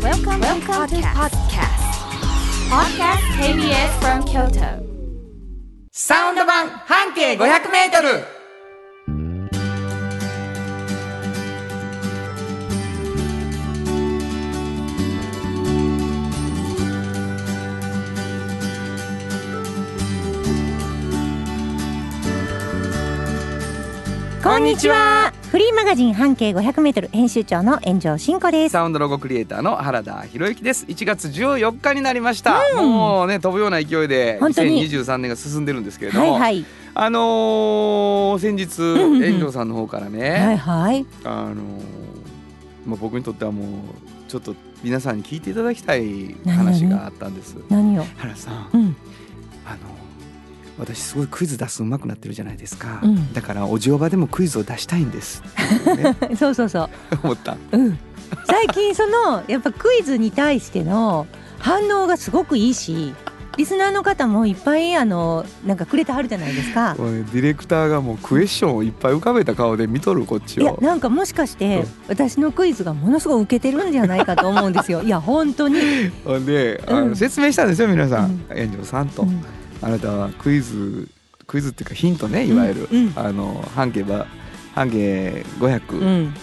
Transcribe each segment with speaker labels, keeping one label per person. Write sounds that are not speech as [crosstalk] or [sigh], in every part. Speaker 1: Welcome, Welcome to podcast. Podcast KBS from Kyoto.
Speaker 2: サウンド版半径500メートル
Speaker 3: こんにちはフリーマガジン半径 500m 編集長の炎上真子です
Speaker 2: サウンドロゴクリエイターの原田博之です1月14日になりました、もうね飛ぶような勢いで
Speaker 3: 本当に
Speaker 2: 2023年が進んでるんですけれど
Speaker 3: はい
Speaker 2: も、
Speaker 3: はい
Speaker 2: あのー先日、
Speaker 3: んうん
Speaker 2: 遠藤さんの方からね、
Speaker 3: はいはい
Speaker 2: あのーまあ、僕にとってはもうちょっと皆さんに聞いていただきたい話があったんです
Speaker 3: 何を
Speaker 2: 原さん
Speaker 3: うん
Speaker 2: あの私すごいクイズ出すのうまくなってるじゃないですか、
Speaker 3: うん
Speaker 2: だからお嬢場でもクイズを出したいんです [laughs] って、ね、
Speaker 3: [laughs] そうそうそう
Speaker 2: 思った
Speaker 3: うん最近その [laughs] やっぱクイズに対しての反応がすごくいいしリスナーの方もいっぱいあのなんかくれてはるじゃないですか
Speaker 2: もうねディレクターがもうクエスチョンをいっぱい浮かべた顔で見とるこっち
Speaker 3: いや
Speaker 2: を
Speaker 3: なんかもしかして私のクイズがものすごい受けてるんじゃないかと思うん
Speaker 2: [laughs]
Speaker 3: ですよいや本当に、
Speaker 2: ほんで、あ
Speaker 3: う
Speaker 2: の
Speaker 3: ん
Speaker 2: 説明したんですよ皆さ、
Speaker 3: うん
Speaker 2: 炎上さんと、
Speaker 3: うん
Speaker 2: あなたはクイズクイズっていうかヒントねいわゆる、
Speaker 3: うんうん
Speaker 2: あの半径ば半径500、
Speaker 3: うん、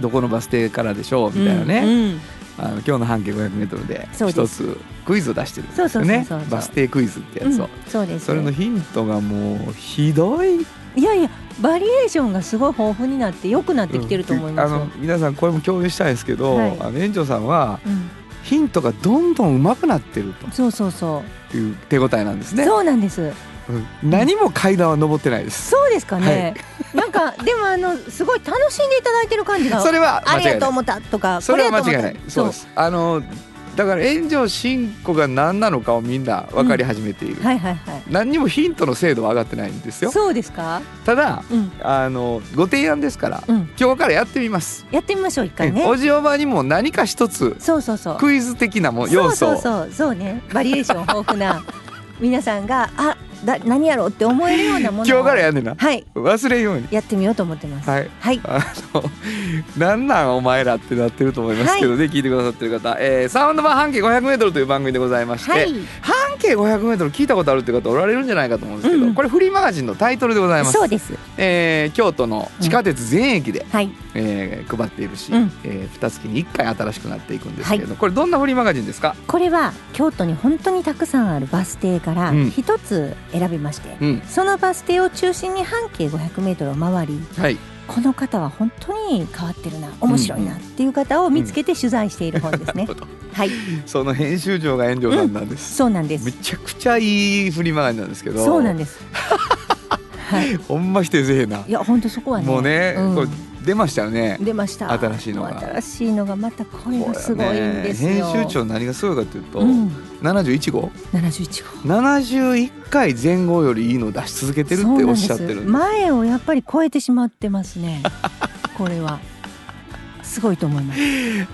Speaker 2: どこのバス停からでしょうみたいなね、
Speaker 3: うん
Speaker 2: あの今日の半径 500m で
Speaker 3: そうで
Speaker 2: 一
Speaker 3: す
Speaker 2: つクイズを出してるんですよね
Speaker 3: そうそうそうそう
Speaker 2: バス停クイズって
Speaker 3: う
Speaker 2: や
Speaker 3: ん
Speaker 2: つを。
Speaker 3: そうです
Speaker 2: それのヒントがもうひどい
Speaker 3: いやいやバリエーションがすごい豊富になって良くなってきてると思います
Speaker 2: あ
Speaker 3: よ、
Speaker 2: の皆さんこれも共有したいんですけど、
Speaker 3: はい
Speaker 2: あの園長さんは
Speaker 3: うん
Speaker 2: ヒントがどんどん上手くなってる
Speaker 3: そうそうそ
Speaker 2: という手応えなんです
Speaker 3: う、
Speaker 2: ね。
Speaker 3: そうなんです
Speaker 2: うん何も階段は登ってないです。
Speaker 3: そうですかね、なんかでもあのすごい楽しんでいただいてる感じが
Speaker 2: それは
Speaker 3: あ
Speaker 2: 間
Speaker 3: れ
Speaker 2: 違
Speaker 3: や
Speaker 2: い
Speaker 3: と
Speaker 2: ない。
Speaker 3: 思ったとか
Speaker 2: それは間違いな
Speaker 3: こ
Speaker 2: い
Speaker 3: やと思。った
Speaker 2: そうです。あのだから炎上真子が何なのかをみんな分かり始めている。
Speaker 3: はいはいはい
Speaker 2: 何にもヒントの精度は上がってないんですよ。
Speaker 3: そうですか
Speaker 2: ただ
Speaker 3: うん
Speaker 2: あのご提案ですから、
Speaker 3: うん
Speaker 2: 今日からやってみます。
Speaker 3: やってみましょう一回
Speaker 2: うんお
Speaker 3: ね
Speaker 2: じおばにも何か一つ
Speaker 3: そうそうそう
Speaker 2: クイズ的なも要素
Speaker 3: そう
Speaker 2: を
Speaker 3: そうそうそうねバリエーション豊富な皆さんがあだ何やろうって思えるようなものを
Speaker 2: 今日からやんねんな
Speaker 3: はい
Speaker 2: 忘れんように
Speaker 3: やってみようと思ってます
Speaker 2: はい
Speaker 3: はい、
Speaker 2: あのなんなんお前らってなってると思いますけどね、聞いてくださってる方、えー、サウンド版半径 500m という番組でございまして、
Speaker 3: はい
Speaker 2: 半径 500m 聞いたことあるって方おられるんじゃないかと思うんですけど、
Speaker 3: うん
Speaker 2: これフリーマガジンのタイトルでございます
Speaker 3: そう、です
Speaker 2: えー京都の地下鉄全駅で、
Speaker 3: はい
Speaker 2: えー配っているし、
Speaker 3: うん
Speaker 2: えー、2月に1回新しくなっていくんですけれど、これどんなフリーマガジンですか、
Speaker 3: これは京都に本当にたくさんあるバス停から
Speaker 2: うん
Speaker 3: 一つ選びまして、
Speaker 2: うん
Speaker 3: そのバス停を中心に半径 500m を回り
Speaker 2: はい、
Speaker 3: この方は本当に変わってるな面白いなっていう方を見つけて取材している本ですね。
Speaker 2: ほど
Speaker 3: [laughs] はい
Speaker 2: その編集長が遠慮さんなんです、
Speaker 3: そうなんで
Speaker 2: め
Speaker 3: す
Speaker 2: ちゃくちゃいいフリーマガジンなんですけど
Speaker 3: そうなんです。はい、
Speaker 2: ほんま否定せえへんない
Speaker 3: や本当そこはね
Speaker 2: もうね、
Speaker 3: うん
Speaker 2: これ出ましたよね。
Speaker 3: 出ました
Speaker 2: 新しいのが
Speaker 3: 新しいのがまたこれがすごいんです
Speaker 2: これ
Speaker 3: よ。
Speaker 2: はね編集長の何がすごいかというと、
Speaker 3: うん、
Speaker 2: 71号
Speaker 3: 71号。
Speaker 2: 71回前後よりいいのを出し続けてるっ
Speaker 3: そう
Speaker 2: て
Speaker 3: なん
Speaker 2: おっ
Speaker 3: で
Speaker 2: し
Speaker 3: す
Speaker 2: ゃってるんです
Speaker 3: 前をやっぱり超えてしまってます
Speaker 2: [laughs]
Speaker 3: ねこれはすごいと思います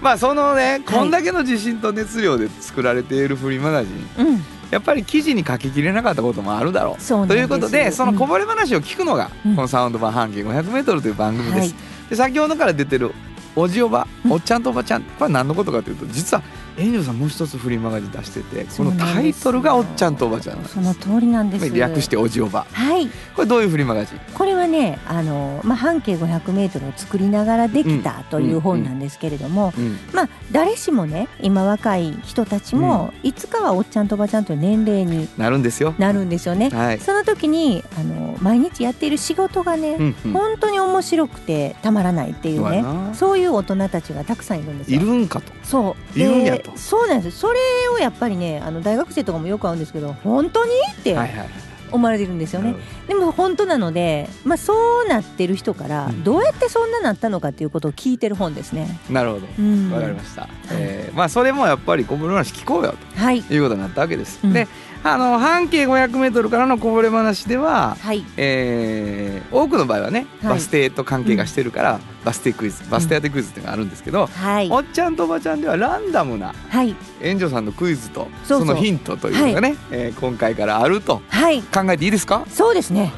Speaker 2: まあそのねこんだけの自信と熱量で作られているフリーマガジン、
Speaker 3: うん
Speaker 2: やっぱり記事に書ききれなかったこともあるだろう。
Speaker 3: そうなん
Speaker 2: と
Speaker 3: です
Speaker 2: いうことでそのこぼれ話を聞くのが、
Speaker 3: うん
Speaker 2: このサウンド版半径 500m という番組です。
Speaker 3: は
Speaker 2: で先ほどから出てるおじおば
Speaker 3: うん
Speaker 2: おっちゃんとおばちゃんこれは何のことかというと実は遠慮さんもう一つフリーマガジン出しててこ
Speaker 3: そう
Speaker 2: の
Speaker 3: なんですよ
Speaker 2: タイトルがおっちゃんとおばちゃんなんです
Speaker 3: その通りなんです
Speaker 2: 略しておじおば
Speaker 3: はい
Speaker 2: これどういうフリーマガジン
Speaker 3: これはねあの、まあ、半径 500m を作りながらできたという本なんですけれども、
Speaker 2: うん
Speaker 3: まあ誰しもね今若い人たちも、いつかはおっちゃんとおばちゃんという年齢に
Speaker 2: なるんですよ
Speaker 3: なるんですよね、
Speaker 2: はい
Speaker 3: その時にあの毎日やっている仕事がね、
Speaker 2: うんうん
Speaker 3: 本当に面白くてたまらないっていう
Speaker 2: そうや
Speaker 3: ね
Speaker 2: な
Speaker 3: そういう大人たちがたくさんいるんです
Speaker 2: い
Speaker 3: よ
Speaker 2: るんかと
Speaker 3: そう
Speaker 2: い
Speaker 3: で
Speaker 2: るんやと
Speaker 3: そうなんですそれをやっぱりねあの大学生とかもよく会うんですけど本当にって
Speaker 2: はいはい
Speaker 3: 思われてるんですよね、
Speaker 2: なる
Speaker 3: でも本当なので、まあ、そうなってる人から
Speaker 2: うん
Speaker 3: どうやってそんななったのかっていうことを聞いてる本ですね。
Speaker 2: なるほど
Speaker 3: うん、
Speaker 2: わかりました、えーまあそれもやっぱりこぼれ話聞こうよ
Speaker 3: はい
Speaker 2: ということになったわけです、
Speaker 3: うん
Speaker 2: であの半径 500m からのこぼれ話では
Speaker 3: はい
Speaker 2: えー多くの場合はね、
Speaker 3: はい
Speaker 2: バス停と関係がしてるから、バス停クイズバス停当てクイズっていうのがあるんですけど、
Speaker 3: はい
Speaker 2: おっちゃんとおばちゃんではランダムな
Speaker 3: はい
Speaker 2: 園長さんのクイズと
Speaker 3: そうそう
Speaker 2: のヒントというのがね、えー今回からあると
Speaker 3: はい
Speaker 2: 考えていいですか
Speaker 3: そうですね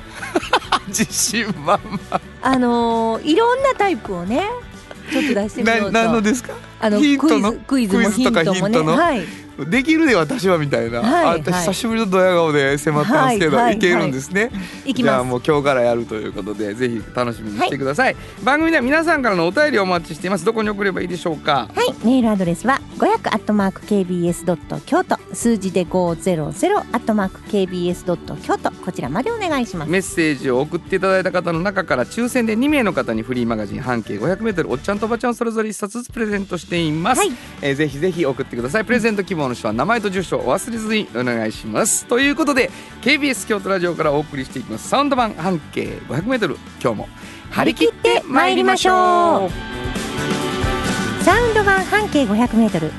Speaker 2: 自信満々
Speaker 3: あのーいろんなタイプをねちょっと出してみよ
Speaker 2: な
Speaker 3: うと
Speaker 2: 何のですか
Speaker 3: あの
Speaker 2: ヒントの
Speaker 3: クイズクイズも
Speaker 2: クイ
Speaker 3: ヒ
Speaker 2: ズ
Speaker 3: ン
Speaker 2: とか
Speaker 3: トもね
Speaker 2: ヒントの
Speaker 3: はい
Speaker 2: できるで私はみたいな、
Speaker 3: は
Speaker 2: あ
Speaker 3: い
Speaker 2: 私
Speaker 3: はい
Speaker 2: 久しぶりのドヤ顔で迫ったんですけど、
Speaker 3: はいいはい
Speaker 2: けるんですね、
Speaker 3: いき
Speaker 2: じゃあ
Speaker 3: ます
Speaker 2: もう今日からやるということでぜひ楽しみにしてください、番組では皆さんからのお便りをお待ちしていますどこに送ればいいでしょうか
Speaker 4: はい、メールアドレスは五百アットマーク kbs ドット京都、数字で五ゼロゼロアットマーク kbs ドット京都こちらまでお願いします。
Speaker 2: メッセージを送っていただいた方の中から抽選で2名の方にフリーマガジン半径 500m おっちゃんとおばちゃんそれぞれ1冊ずつプレゼントしています、
Speaker 4: はい
Speaker 2: えーぜひぜひ送ってくださいプレゼント希望の人は名前と住所お忘れずにお願いしますということで KBS 京都ラジオからお送りしていきますサウンド版半径 500m 今日も張り切ってまいりましょう
Speaker 4: サウンド版半径500メートル。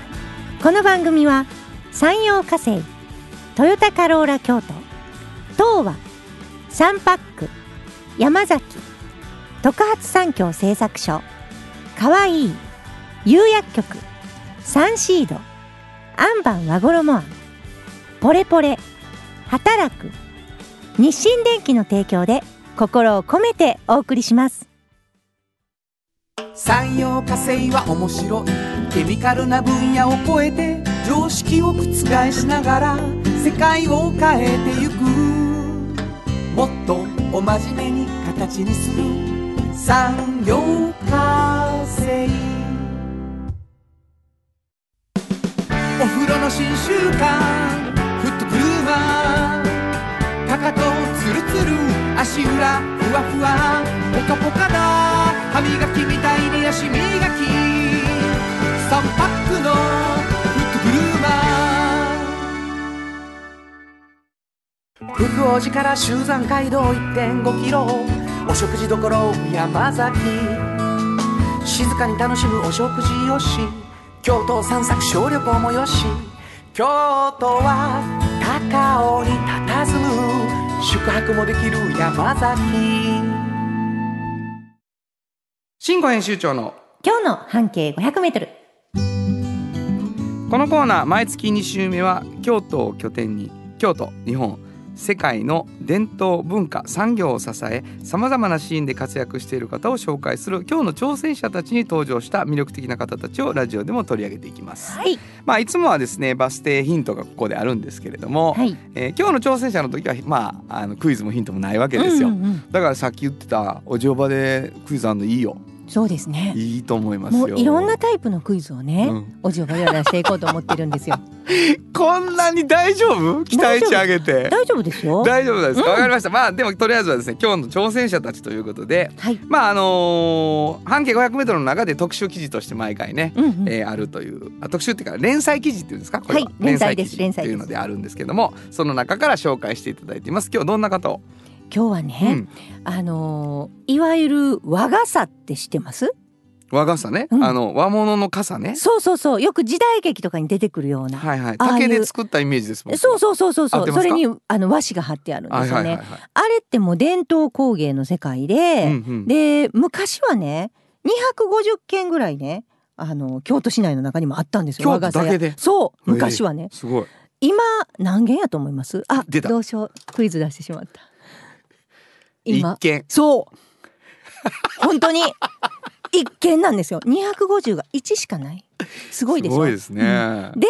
Speaker 4: この番組は山陽火星、トヨタカローラ京都、東和、サンパック、山崎、特発産業製作所、かわいい、釉薬局、サンシード、アンバン和衣あん、ポレポレ、働く、日清電機の提供で心を込めてお送りします。
Speaker 5: 産業化成は面白いケミカルな分野を超えて常識を覆しながら世界を変えてゆくもっとお真面目に形にする産業化成お風呂の新習慣フットグルーマーかかとツルツル足裏ふわふわポカポカだ歯磨きみたいに足磨き三パックのフットグルーマー福王寺から集山街道1.5キロお食事どころ山崎静かに楽しむお食事よし京都を散策小旅行もよし京都は高尾に佇む宿泊もできる山崎
Speaker 2: 新語編集長の
Speaker 4: 今日の半径500メートル。
Speaker 2: このコーナー毎月2週目は京都を拠点に京都日本世界の伝統文化産業を支えさまざまなシーンで活躍している方を紹介する今日の挑戦者たちに登場した魅力的な方たちをラジオでも取り上げていきます。
Speaker 4: はい。
Speaker 2: まあ、いつもはですねバス停ヒントがここであるんですけれども、
Speaker 4: はい。
Speaker 2: えー今日の挑戦者の時は、まあ、あのクイズもヒントもないわけですよ。
Speaker 4: うんうんうん
Speaker 2: だからさっき言ってたお嬢場でクイズあんのいいよ
Speaker 3: そうですね
Speaker 2: いいと思います
Speaker 3: も
Speaker 2: よ。
Speaker 3: ういろんなタイプのクイズをね、
Speaker 2: うん
Speaker 3: おじおばでは出していこうと思ってる
Speaker 2: [laughs]
Speaker 3: んですよ
Speaker 2: こんなに大丈夫期待値上げて。
Speaker 3: 大丈夫ですよ
Speaker 2: 大丈夫ですか
Speaker 3: うん
Speaker 2: わかりましたまあでもとりあえずはですね今日の挑戦者たちということで
Speaker 3: はい
Speaker 2: まああのー半径 500m の中で特集記事として毎回ね、
Speaker 3: うんうん
Speaker 2: えーあるというあ特集っていうか連載記事っていうんですかこれは、
Speaker 4: はい連載です
Speaker 2: 連載記事っていうのであるんですけどもその中から紹介していただいています今日どんな方を、
Speaker 3: 今日はね、
Speaker 2: うん、
Speaker 3: あのーいわゆる和傘って知ってます
Speaker 2: 和傘ね、
Speaker 3: うん
Speaker 2: あの和物の傘ね
Speaker 3: そうそうそうよく時代劇とかに出てくるような、
Speaker 2: はいはい
Speaker 3: ああいう
Speaker 2: 竹で作ったイメージですもん
Speaker 3: そうそうそうそう
Speaker 2: 合
Speaker 3: そ
Speaker 2: って
Speaker 3: う
Speaker 2: ま
Speaker 3: そ
Speaker 2: すか
Speaker 3: れにあの和紙が貼ってあるん
Speaker 2: は
Speaker 3: で
Speaker 2: い
Speaker 3: すよ
Speaker 2: は
Speaker 3: ね、
Speaker 2: いはいはい
Speaker 3: あれってもう伝統工芸の世界で、
Speaker 2: うんうん
Speaker 3: で昔はね250件ぐらいねあの京都市内の中にもあったんですよ
Speaker 2: 京都だけで
Speaker 3: 和傘屋そう
Speaker 2: へえ
Speaker 3: 昔はね、
Speaker 2: すごい
Speaker 3: 今何件やと思いますあ
Speaker 2: 出た
Speaker 3: どうしようクイズ出してしまった
Speaker 2: 一
Speaker 3: 今
Speaker 2: 見
Speaker 3: そう本当に一件なんですよ250が1しかないすごいでしょ
Speaker 2: すごいですね、
Speaker 3: うんで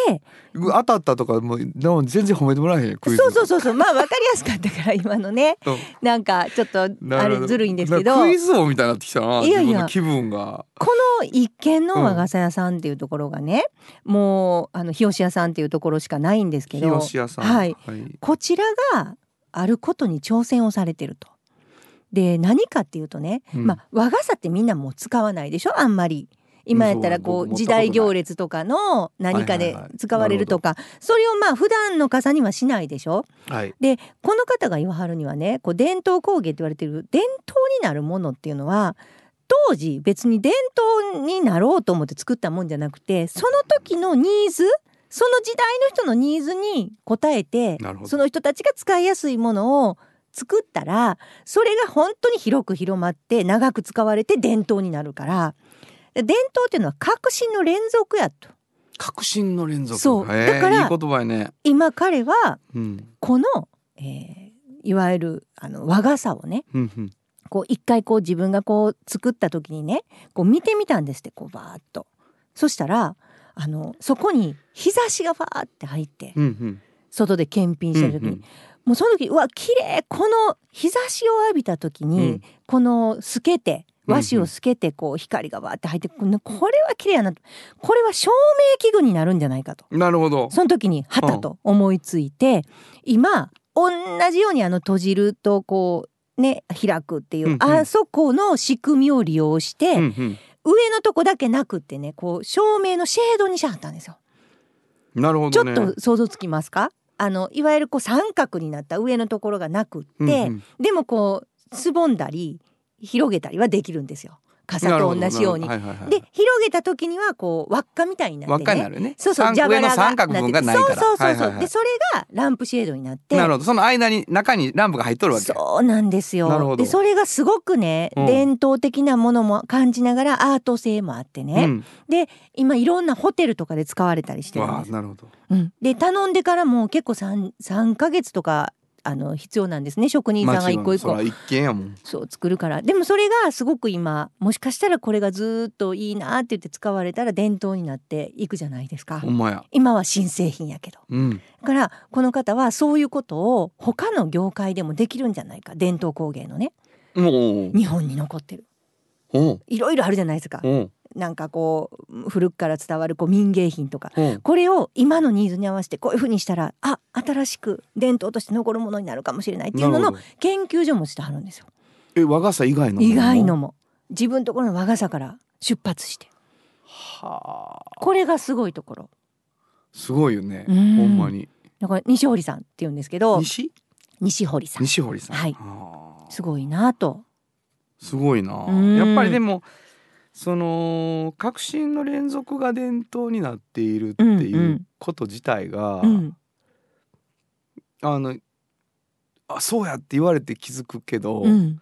Speaker 2: う当たったとかもうでも全然褒めてもらえへんクイズ
Speaker 3: そうそうそうそうまあ分かりやすかったから今のね
Speaker 2: うん
Speaker 3: なんかちょっとあ
Speaker 2: なるほ
Speaker 3: れ
Speaker 2: ど
Speaker 3: ずるいんですけ
Speaker 2: なん
Speaker 3: ど
Speaker 2: か
Speaker 3: こ
Speaker 2: クイズ王みたいになってきたな。
Speaker 3: いやいや
Speaker 2: 自分の気分が。
Speaker 3: の一軒の和傘屋さんっていうところがね、もうあの日吉屋さんっていうところしかないんですけ
Speaker 2: 日
Speaker 3: ど
Speaker 2: 吉屋さん。
Speaker 3: はい、こちらがあることに挑戦をされてると。で何かっていうとね、
Speaker 2: うん
Speaker 3: まあ、和傘ってみんなもう使わないでしょあんまり。今やったら
Speaker 2: そ
Speaker 3: こ
Speaker 2: う
Speaker 3: う
Speaker 2: 僕も
Speaker 3: 時代行列とかの何か
Speaker 2: はい
Speaker 3: で
Speaker 2: はいはい
Speaker 3: 使われるとかそれをまあ普段の傘にはしないでしょ
Speaker 2: はい。
Speaker 3: でこの方が言わはるにはねこう伝統工芸って言われてる伝統になるものっていうのは当時別に伝統になろうと思って作ったもんじゃなくてその時のニーズその時代の人のニーズに応えて
Speaker 2: なるほど
Speaker 3: その人たちが使いやすいものを作ったらそれが本当に広く広まって長く使われて伝統になるから伝統っていうのは革新の連続やと
Speaker 2: 革新の連続。
Speaker 3: そう
Speaker 2: へえ
Speaker 3: だから
Speaker 2: いい言葉やね。
Speaker 3: 今彼は
Speaker 2: うん。
Speaker 3: この、えーいわゆるあの和傘をね
Speaker 2: うんうん。
Speaker 3: ここう一回こう自分がこう作った時にねこう見てみたんですってこうバーッとそしたらあのそこに日差しがファーって入って
Speaker 2: うんうん
Speaker 3: 外で検品してる時に、
Speaker 2: うんうん
Speaker 3: もうその時うわ綺麗この日差しを浴びた時に、
Speaker 2: うん
Speaker 3: この透けて
Speaker 2: うんうん
Speaker 3: 和紙を透けてこう光がバーって入ってくるのこれは綺麗やなとこれは照明器具になるんじゃないかと
Speaker 2: なるほど。
Speaker 3: その時に旗と思いついて、今同じようにあの閉じるとこうね開くっていう、
Speaker 2: うんうん
Speaker 3: あそこの仕組みを利用して、
Speaker 2: うんうん
Speaker 3: 上のとこだけなくってねこう照明のシェードにしはったんですよ。
Speaker 2: なるほ
Speaker 3: ちょ
Speaker 2: どね。
Speaker 3: っと想像つきますかあのいわゆるこう三角になった上のところがなくって、
Speaker 2: うんうん
Speaker 3: でもこうすぼんだり広げたりはできるんですよ傘
Speaker 2: なるほ
Speaker 3: と
Speaker 2: ど
Speaker 3: 同じように。
Speaker 2: なるほどはいはいはい
Speaker 3: で広げた時にはこう輪っかみたいにな
Speaker 2: 輪
Speaker 3: っ、
Speaker 2: ってか
Speaker 3: ね、
Speaker 2: になるよね。
Speaker 3: そうそう
Speaker 2: 三上の三角
Speaker 3: なって
Speaker 2: 分がないから。
Speaker 3: そうそうそうそう、
Speaker 2: はいはいはい
Speaker 3: でそれがランプシェードになって
Speaker 2: なるほど。その間に中にランプが入っとるわけ。
Speaker 3: そうなんです
Speaker 2: なるほ
Speaker 3: よ
Speaker 2: ど
Speaker 3: でそれがすごくね、
Speaker 2: うん
Speaker 3: 伝統的なものも感じながらアート性もあってね、
Speaker 2: ん。
Speaker 3: 今いろんなホテルとかで使われたりしてるん
Speaker 2: わ
Speaker 3: で
Speaker 2: あ
Speaker 3: す
Speaker 2: なるほど。
Speaker 3: うん、で頼んでからもう結構 3, 3ヶ月とかあの必要なんですね職人さんが一個一
Speaker 2: そ
Speaker 3: 個
Speaker 2: ら一軒やもん。
Speaker 3: そう作るからでもそれがすごく今もしかしたらこれがずーっといいなって言って使われたら伝統になっていくじゃないですか
Speaker 2: ほんまや。
Speaker 3: 今は新製品やけど
Speaker 2: うん。
Speaker 3: だからこの方はそういうことを他の業界でもできるんじゃないか伝統工芸のね
Speaker 2: もう
Speaker 3: 日本に残ってる
Speaker 2: おう
Speaker 3: いろいろあるじゃないですか
Speaker 2: おう
Speaker 3: なんかこう古くから伝わるこう民芸品とか
Speaker 2: おう。
Speaker 3: これを今のニーズに合わせてこういうふうにしたらあ新しく伝統として残るものになるかもしれないっていうの
Speaker 2: なる
Speaker 3: の
Speaker 2: ほど
Speaker 3: 研究所もしてはるんですよ
Speaker 2: え和傘以外のものも
Speaker 3: 意外の。も自分のところの和傘から出発して
Speaker 2: はあ。
Speaker 3: これがすごいところ
Speaker 2: すごいよね。ほ
Speaker 3: うん
Speaker 2: んまに。
Speaker 3: だから西堀さんって言うんですけど
Speaker 2: 西
Speaker 3: 西堀さん
Speaker 2: 西堀さん。
Speaker 3: はい
Speaker 2: ああ
Speaker 3: すごいなと
Speaker 2: すごいなあ。
Speaker 3: うん
Speaker 2: やっぱりでも。その革新の連続が伝統になっているって
Speaker 3: うんう
Speaker 2: いうんこと自体が、
Speaker 3: うん
Speaker 2: あのあそうやって言われて気づくけど、
Speaker 3: うん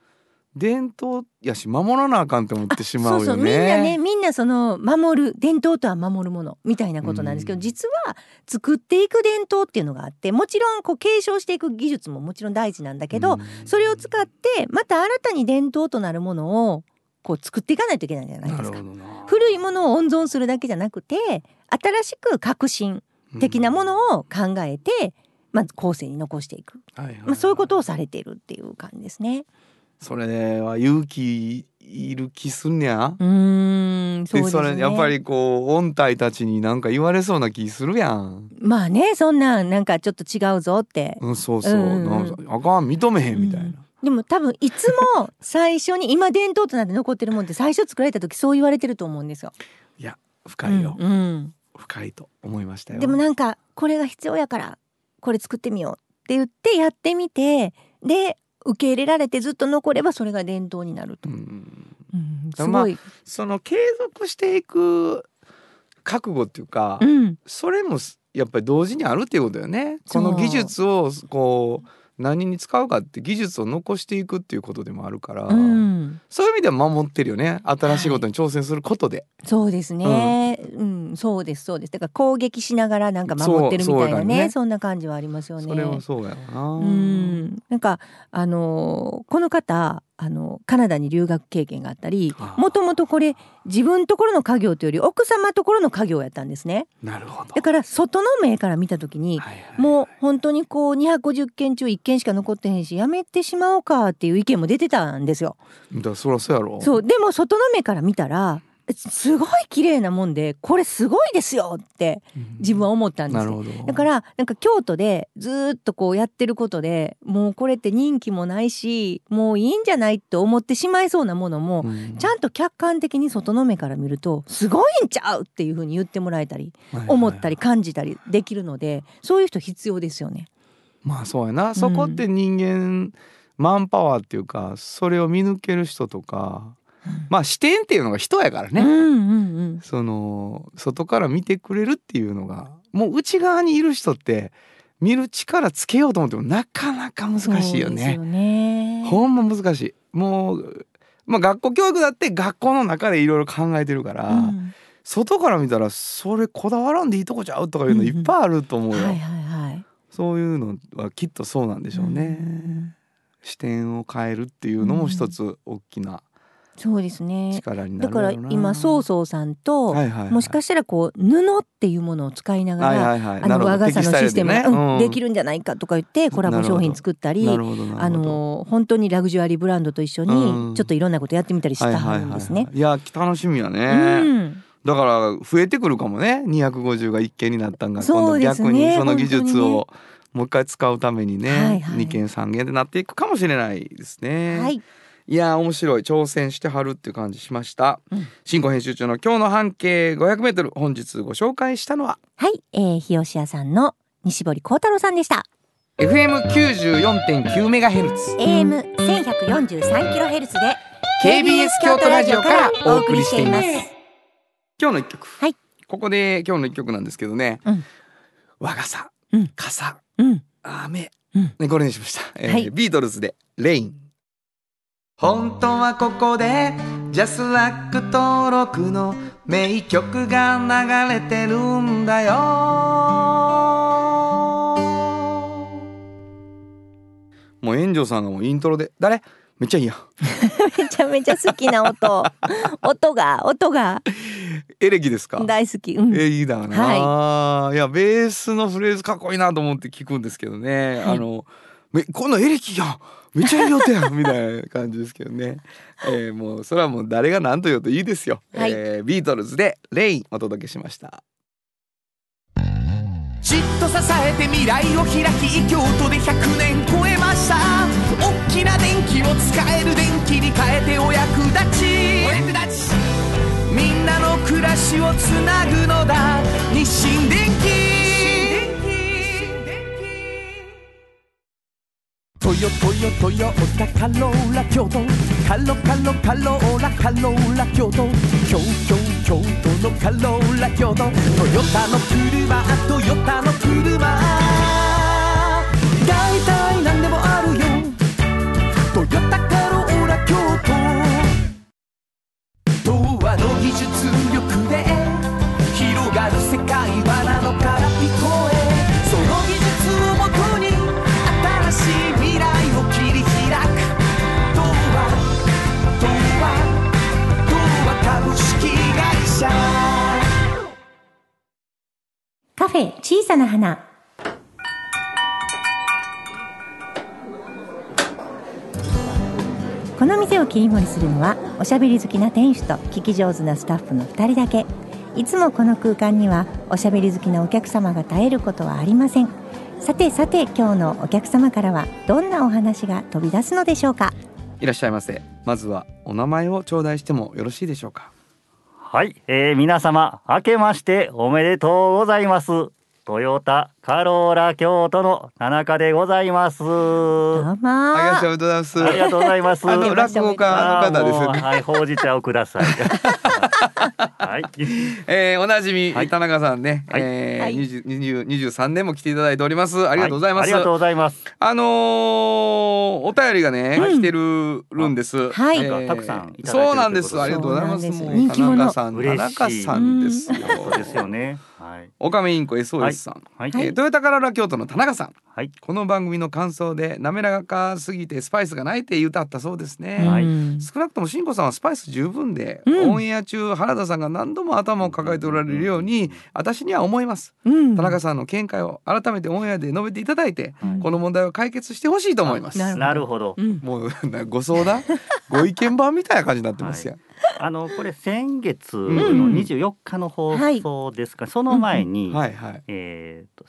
Speaker 2: 伝統やし守らなあかんって思ってしま
Speaker 3: そううそ
Speaker 2: よ
Speaker 3: うみんなね
Speaker 2: ね。
Speaker 3: みんなその守る伝統とは守るものみたいなことなんですけ
Speaker 2: う
Speaker 3: ど、
Speaker 2: ん
Speaker 3: 実は作っていく伝統っていうのがあってもちろんこう継承していく技術ももちろん大事なんだけど、
Speaker 2: うん
Speaker 3: それを使ってまた新たに伝統となるものをこう作っていかないといけないじゃない
Speaker 2: な
Speaker 3: で
Speaker 2: る
Speaker 3: す
Speaker 2: ほ
Speaker 3: か
Speaker 2: ど。な
Speaker 3: 古いものを温存するだけじゃなくて新しく革新的なものを考えて、まあ、後世に残していく、
Speaker 2: うんはいはい
Speaker 3: まあ、そういうことをされているっていう感じですね。
Speaker 2: それは勇気いる気すんねや。
Speaker 3: うーんそうですね
Speaker 2: れやっぱりこう音体たちに何か言われそうな気するやん。
Speaker 3: まあねそんなんなんかちょっと違うぞって
Speaker 2: うん、そうそう、
Speaker 3: うんうん
Speaker 2: なんかあかん認めへんみたいな。
Speaker 3: でも多分いつも最初に今伝統となって残ってるもんって最初作られた時そう言われてると思うんですよ。
Speaker 2: 深いよ、
Speaker 3: うんうん
Speaker 2: 深いと思いましたよ。
Speaker 3: でもなんかこれが必要やからこれ作ってみようって言ってやってみてで受け入れられてずっと残ればそれが伝統になる
Speaker 2: う
Speaker 3: と、
Speaker 2: ん
Speaker 3: うん
Speaker 2: ますあ
Speaker 3: ごい、
Speaker 2: その継続していく覚悟っていうか、
Speaker 3: うん、
Speaker 2: それもすやっぱり同時にあるっていうことよね。こ
Speaker 3: そう
Speaker 2: の技術をこう何に使うかって技術を残していくっていうことでもあるから、
Speaker 3: うん、
Speaker 2: そういう意味では守ってるよね新しいことに挑戦することで、
Speaker 3: そうですね、うんそうですそうですだから攻撃しながらなんか守ってるみ
Speaker 2: そう
Speaker 3: たい
Speaker 2: そう
Speaker 3: な
Speaker 2: だ
Speaker 3: ねそ
Speaker 2: ね
Speaker 3: んな感じはありますよね。
Speaker 2: それはそうやろな、
Speaker 3: うん、なんかあのーこの方あのカナダに留学経験があったり
Speaker 2: あー
Speaker 3: もともとこれ自分ところの家業というより奥様ところの家業やったんですね。
Speaker 2: なるほど
Speaker 3: だから外の目から見た時に
Speaker 2: はいはい
Speaker 3: もう本当にこう250件中1件しか残ってへんしやめてしまおうかっていう意見も出てたんですよ。
Speaker 2: だからそらそうやろ
Speaker 3: そうでも外の目から見たらすごい綺麗なもんでこれすごいですよって
Speaker 2: うん
Speaker 3: 自分は思ったんで
Speaker 2: な
Speaker 3: す
Speaker 2: るほ
Speaker 3: よ。
Speaker 2: ど
Speaker 3: だからなんか京都でずーっとこうやってることでもうこれって人気もないしもういいんじゃないって思ってしまいそうなものも
Speaker 2: うん
Speaker 3: ちゃんと客観的に外の目から見るとすごいんちゃうっていうふうに言ってもらえたり
Speaker 2: はいはい
Speaker 3: 思ったり感じたりできるのでそういう人必要ですよね。
Speaker 2: まあそうやなそこって人間、マンパワーっていうかそれを見抜ける人とかまあ視点っていうのが人やからね、
Speaker 3: うんうんうん。
Speaker 2: その外から見てくれるっていうのがもう内側にいる人って見る力つけようと思ってもなかなか難しいよ
Speaker 3: そうです
Speaker 2: ね。
Speaker 3: よね
Speaker 2: ほんま難しい。もうまあ学校教育だって学校の中でいろいろ考えてるから、
Speaker 3: うん
Speaker 2: 外から見たらそれこだわらんでいいとこちゃうとかいうのいっぱいあると思うよ。
Speaker 3: はいはいはい。
Speaker 2: そういうのはきっとそうなんでしょうね。視点を変えるっていうのも一つ大きな
Speaker 3: そうですね
Speaker 2: 力にな
Speaker 3: だ
Speaker 2: る
Speaker 3: か
Speaker 2: や
Speaker 3: ら
Speaker 2: ろな
Speaker 3: 今曹操さんと、
Speaker 2: はいはいはい
Speaker 3: もしかしたらこう布っていうものを使いなが
Speaker 2: は
Speaker 3: ら、
Speaker 2: いはいはい
Speaker 3: あ
Speaker 2: なる
Speaker 3: の
Speaker 2: ほど
Speaker 3: 和傘のシステムが、
Speaker 2: テキスタイルでね
Speaker 3: うん
Speaker 2: うん
Speaker 3: できるんじゃないかとか言ってコラボ商品作ったり
Speaker 2: なるほどなるほど
Speaker 3: あの本当にラグジュアリーブランドと一緒
Speaker 2: う
Speaker 3: に
Speaker 2: ん
Speaker 3: ちょっといろんなことやってみたりした
Speaker 2: はいはい
Speaker 3: ん
Speaker 2: は
Speaker 3: で
Speaker 2: い
Speaker 3: すね
Speaker 2: は。いいや楽しみやね、
Speaker 3: うん
Speaker 2: だから増えてくるかもね250が1件になったんが今
Speaker 3: そう
Speaker 2: 度
Speaker 3: ですね
Speaker 2: 逆にその技術
Speaker 3: 本
Speaker 2: をもう一回使うためにね
Speaker 3: はいはい
Speaker 2: 2件3件でなっていくかもしれないですね。
Speaker 3: はい、
Speaker 2: いやー面白い挑戦してはるっていう感じしました、
Speaker 3: うん
Speaker 2: 新語編集長の今日の半径 500m 本日ご紹介したのは
Speaker 4: はい、えー、日吉屋さんの西堀幸太郎さんでした。
Speaker 2: FM94.9MHz
Speaker 4: AM 千百四十三キロヘルツで
Speaker 2: KBS 京都ラジオからお送りしています今日の一曲、
Speaker 4: はい
Speaker 2: ここで今日の一曲なんですけどね、
Speaker 3: うん
Speaker 2: 和傘、
Speaker 3: うん
Speaker 2: 傘
Speaker 3: うん、
Speaker 2: 雨、
Speaker 3: うん
Speaker 2: ねこれにしました、えー
Speaker 3: はい
Speaker 2: ビートルズでレイン本当はここでジャスラック登録の名曲が流れてるんだよもう炎上さんがもうイントロで誰めっちゃいいやん
Speaker 3: めちゃめちゃ好き
Speaker 2: [laughs]
Speaker 3: な音音が音が
Speaker 2: エレキですか
Speaker 3: 大好き、うん
Speaker 2: えーいいだな、い、やベースのフレーズかっこいいなと思って聞くんですけどね、あのめこんなんエレキやんめっちゃいい音やんみたいな感じですけど
Speaker 6: [laughs]
Speaker 2: ね、えーもうそれはもう誰が何と言おうといいですよ、
Speaker 3: はい
Speaker 2: えービートルズで「レイン」お届けしました
Speaker 5: じっと支えて未来を開き京都で100年超えました大きな電気を使える電気に変えてお役立ちお役立ちみんなの暮らしをつなぐのだ日清電気トヨトヨトヨタカローラ京都カロカロカローラカローラ京都京京京都のカローラ京都トヨタの車トヨタの車だいたいなんでもあるよトヨタカローラ京都童話の技術力で広がる世界はなのから聞こえその技術をもとに新しい未来を切り開く童話童話童話株式会社
Speaker 4: カフェ小さな花。この店を切り盛りするのはおしゃべり好きな店主と聞き上手なスタッフの2人だけいつもこの空間にはおしゃべり好きなお客様が絶えることはありませんさてさて今日のお客様からはどんなお話が飛び出すのでしょうか
Speaker 2: いらっしゃいませまずはお名前を頂戴してもよろしいでしょうか
Speaker 6: はい、えー、皆様明けましておめでとうございますトヨタカローラ京都の田中でございます
Speaker 3: ど
Speaker 6: あ
Speaker 3: うも
Speaker 2: ありがとうございます
Speaker 6: りがとうございま
Speaker 3: [laughs]
Speaker 6: す
Speaker 2: あの落語家の方です
Speaker 6: あーもうはい、ほうじ茶をくだ
Speaker 2: [laughs]
Speaker 6: さいはい、
Speaker 2: えー、おなじみ、
Speaker 6: はい
Speaker 2: 田中さんね、
Speaker 6: はい
Speaker 2: え
Speaker 3: は
Speaker 2: ー、
Speaker 3: い
Speaker 2: 20 20 23年も来ていただいておりますありがとうございます、
Speaker 6: はありがとうございます
Speaker 2: あのーお便りがね、来てるるんです。
Speaker 3: はい
Speaker 6: なんかたくさんいただいてる
Speaker 2: そうなんです。
Speaker 6: ということで
Speaker 2: ありがとうございます。
Speaker 3: そう
Speaker 2: も
Speaker 3: な
Speaker 2: うん
Speaker 3: です人気
Speaker 2: 田
Speaker 3: 者
Speaker 2: 中さん、田
Speaker 6: 嬉しい
Speaker 2: 中さんですよ。
Speaker 6: そうですよ。ねはい
Speaker 2: オカメインコ SOS さん、
Speaker 6: はい
Speaker 2: えー、トヨタカローラ京都の田中さん。
Speaker 6: はい
Speaker 2: この番組の感想で滑らかすぎてスパイスがないって言うたあったそうですね。
Speaker 6: はい
Speaker 3: うん
Speaker 2: 少なくともしんこさんはスパイス十分で、
Speaker 3: うん
Speaker 2: オンエア中原田さんが何度も頭を抱えておられるように私には思います、
Speaker 3: うん
Speaker 2: 田中さんの見解を改めてオンエアで述べていただいて、この問題を解決してほしいと思います
Speaker 3: なるほど
Speaker 6: なるほど
Speaker 3: うん
Speaker 2: もうなご相
Speaker 6: [laughs]
Speaker 2: 談ご意見番みたいな感じになってますやん、
Speaker 6: あのこれ先月の24日の放送ですか、その前に、
Speaker 2: はい、はいはい、
Speaker 6: えーっと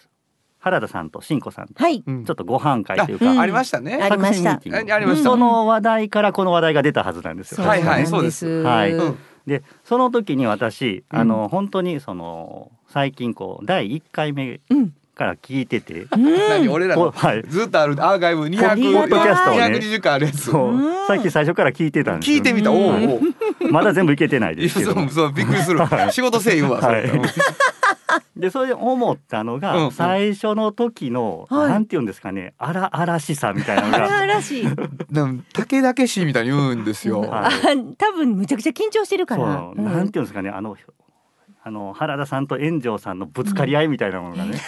Speaker 6: 原田さんと新子さんと
Speaker 3: はい
Speaker 2: うん
Speaker 6: ちょっとご飯会という
Speaker 2: あ,、
Speaker 6: か、
Speaker 3: うん
Speaker 2: ありましたね
Speaker 3: ありました
Speaker 6: 作戦ミーティング
Speaker 2: あありました
Speaker 6: その話題からこの話題が出たはずなんですよ。
Speaker 2: はいはい
Speaker 3: なん
Speaker 6: はい
Speaker 2: うん
Speaker 6: でその時に私あの、本当にその最近こう第1回目
Speaker 3: うん
Speaker 6: から聞いてて、
Speaker 2: 何俺らの、
Speaker 6: おはい
Speaker 2: ずっとあるアーカイブ200
Speaker 6: ありがたい
Speaker 2: 220回あるやつ
Speaker 6: そう
Speaker 3: うん
Speaker 6: さっき最初から聞いてたんですよ
Speaker 2: 聞いてみたおうおう
Speaker 6: まだ全部いけてないですけど
Speaker 2: そうそうびっくりする仕事せえ言うわそれ、
Speaker 6: はい [laughs] でそれで思ったのが、
Speaker 2: うんうん
Speaker 6: 最初の時の、
Speaker 3: はい
Speaker 6: なんて言うんですかね荒々しさみたいな
Speaker 3: [laughs]
Speaker 6: の
Speaker 3: あ
Speaker 6: が
Speaker 3: らあらしい。
Speaker 2: うん、竹だけしみたいに言うんですよ、
Speaker 6: は
Speaker 3: あ
Speaker 6: い
Speaker 3: 多分むちゃくちゃ緊張してるか
Speaker 6: そう
Speaker 3: ら。うん
Speaker 6: なんていうんですかねあのあの原田さんと炎上さんのぶつかり合いみたいなものがね、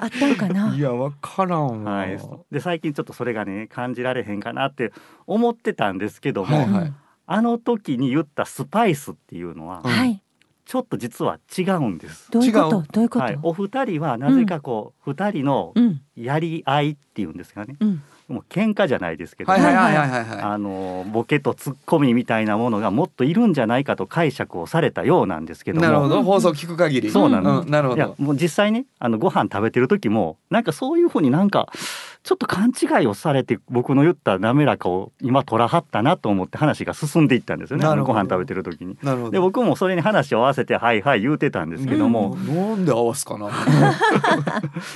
Speaker 3: あったんかな
Speaker 2: いやわからんわ、
Speaker 6: はい、で最近ちょっとそれがね感じられへんかなって思ってたんですけども、
Speaker 2: はいはい
Speaker 6: あの時に言ったスパイスっていうのは
Speaker 2: うん
Speaker 3: はい
Speaker 6: ちょっと実は違うんです。
Speaker 3: どういうこ
Speaker 2: 違
Speaker 3: と
Speaker 2: う
Speaker 3: どういうこと、
Speaker 6: はい、お二人はなぜかこう、二人の
Speaker 3: うん
Speaker 6: やり合いっていうんですかね
Speaker 3: うん
Speaker 6: もう喧嘩じゃないですけど、
Speaker 2: はいはいはいはいはいは
Speaker 6: あのボケとツッコミみたいなものがもっといるんじゃないかと解釈をされたようなんですけ
Speaker 2: い
Speaker 6: ども
Speaker 2: なるほど放送聞く限り
Speaker 6: そうなんです
Speaker 2: なるほ
Speaker 6: いや
Speaker 2: ど
Speaker 6: もう実際ねあのご飯食べてる時もなんかそういうふうになんかちょっと勘違いをされて僕の言った滑らかを今取らはったなと思って話が進んでいったんですよね
Speaker 2: な
Speaker 6: あ
Speaker 2: る
Speaker 6: の
Speaker 2: ほど
Speaker 6: ご飯食べてる時に。
Speaker 2: なるほど
Speaker 6: で僕もそれに話を合わせて「はいはい」言うてたんですけども、
Speaker 2: なんで合わすかな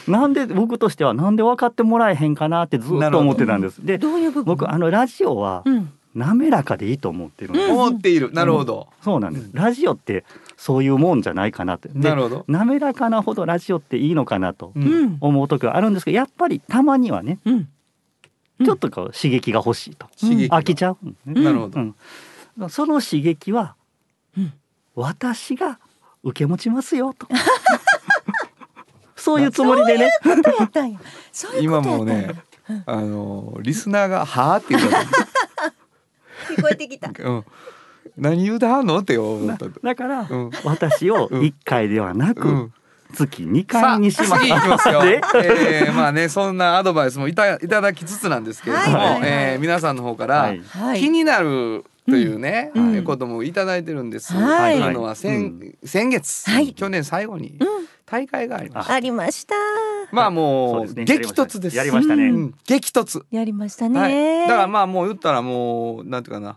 Speaker 6: なんで僕としてはなんで分かってもらえへんかなってずっと思ってたんです。で
Speaker 3: どういう部分
Speaker 6: 僕あのラジオは
Speaker 3: うん
Speaker 6: 滑らかでいいと思ってるんです、
Speaker 2: 思っているなるほど、
Speaker 6: そうなんです、
Speaker 2: うん
Speaker 6: ラジオってそういうもんじゃないかなってで
Speaker 2: なるほど、
Speaker 6: 滑らかなほどラジオっていいのかなと
Speaker 2: うん
Speaker 3: うん
Speaker 6: 思う時はあるんですけどやっぱりたまにはね
Speaker 3: うんうん
Speaker 6: ちょっとこう刺激が欲しいと、
Speaker 2: 刺激が
Speaker 6: 飽きちゃうんですね、
Speaker 2: なるほど、
Speaker 6: うんその刺激は、
Speaker 3: うん
Speaker 6: 私が受け持ちますよとそういうつもりでね
Speaker 3: どうやったんやそういうこ
Speaker 2: 今
Speaker 3: とや
Speaker 2: も
Speaker 3: った
Speaker 2: うん
Speaker 3: や
Speaker 2: ねあのリスナーが「はあ?」って言うか
Speaker 3: 聞こえてきた
Speaker 2: ら、うん、何言うだはんのって思
Speaker 6: だ
Speaker 2: ったと
Speaker 6: だから、
Speaker 2: うん
Speaker 6: 私を
Speaker 2: うん
Speaker 6: 1回ではなく、
Speaker 2: うん
Speaker 6: 月2回にしま
Speaker 2: さあ
Speaker 6: す
Speaker 2: 次いきますよ
Speaker 6: [laughs] で。
Speaker 2: えー、まあねそんなアドバイスもいたいただきつつなんですけれども、
Speaker 6: はいはいはい
Speaker 2: えー皆さんの方から、
Speaker 6: はい
Speaker 3: はい
Speaker 2: 気になるというね、
Speaker 6: うん
Speaker 2: えーこともいただいてるんです。
Speaker 3: は
Speaker 2: と
Speaker 3: い
Speaker 2: いうのは先,、
Speaker 6: うん
Speaker 2: 先月、
Speaker 3: はい
Speaker 2: 去年最後に大会がありました。
Speaker 3: ありました
Speaker 2: まあもう
Speaker 6: そうですね
Speaker 2: 激突です。
Speaker 6: やりましたね
Speaker 2: うん激突。
Speaker 3: やりましたね、
Speaker 2: はい。だからまあもう言ったらもうなんていうかな。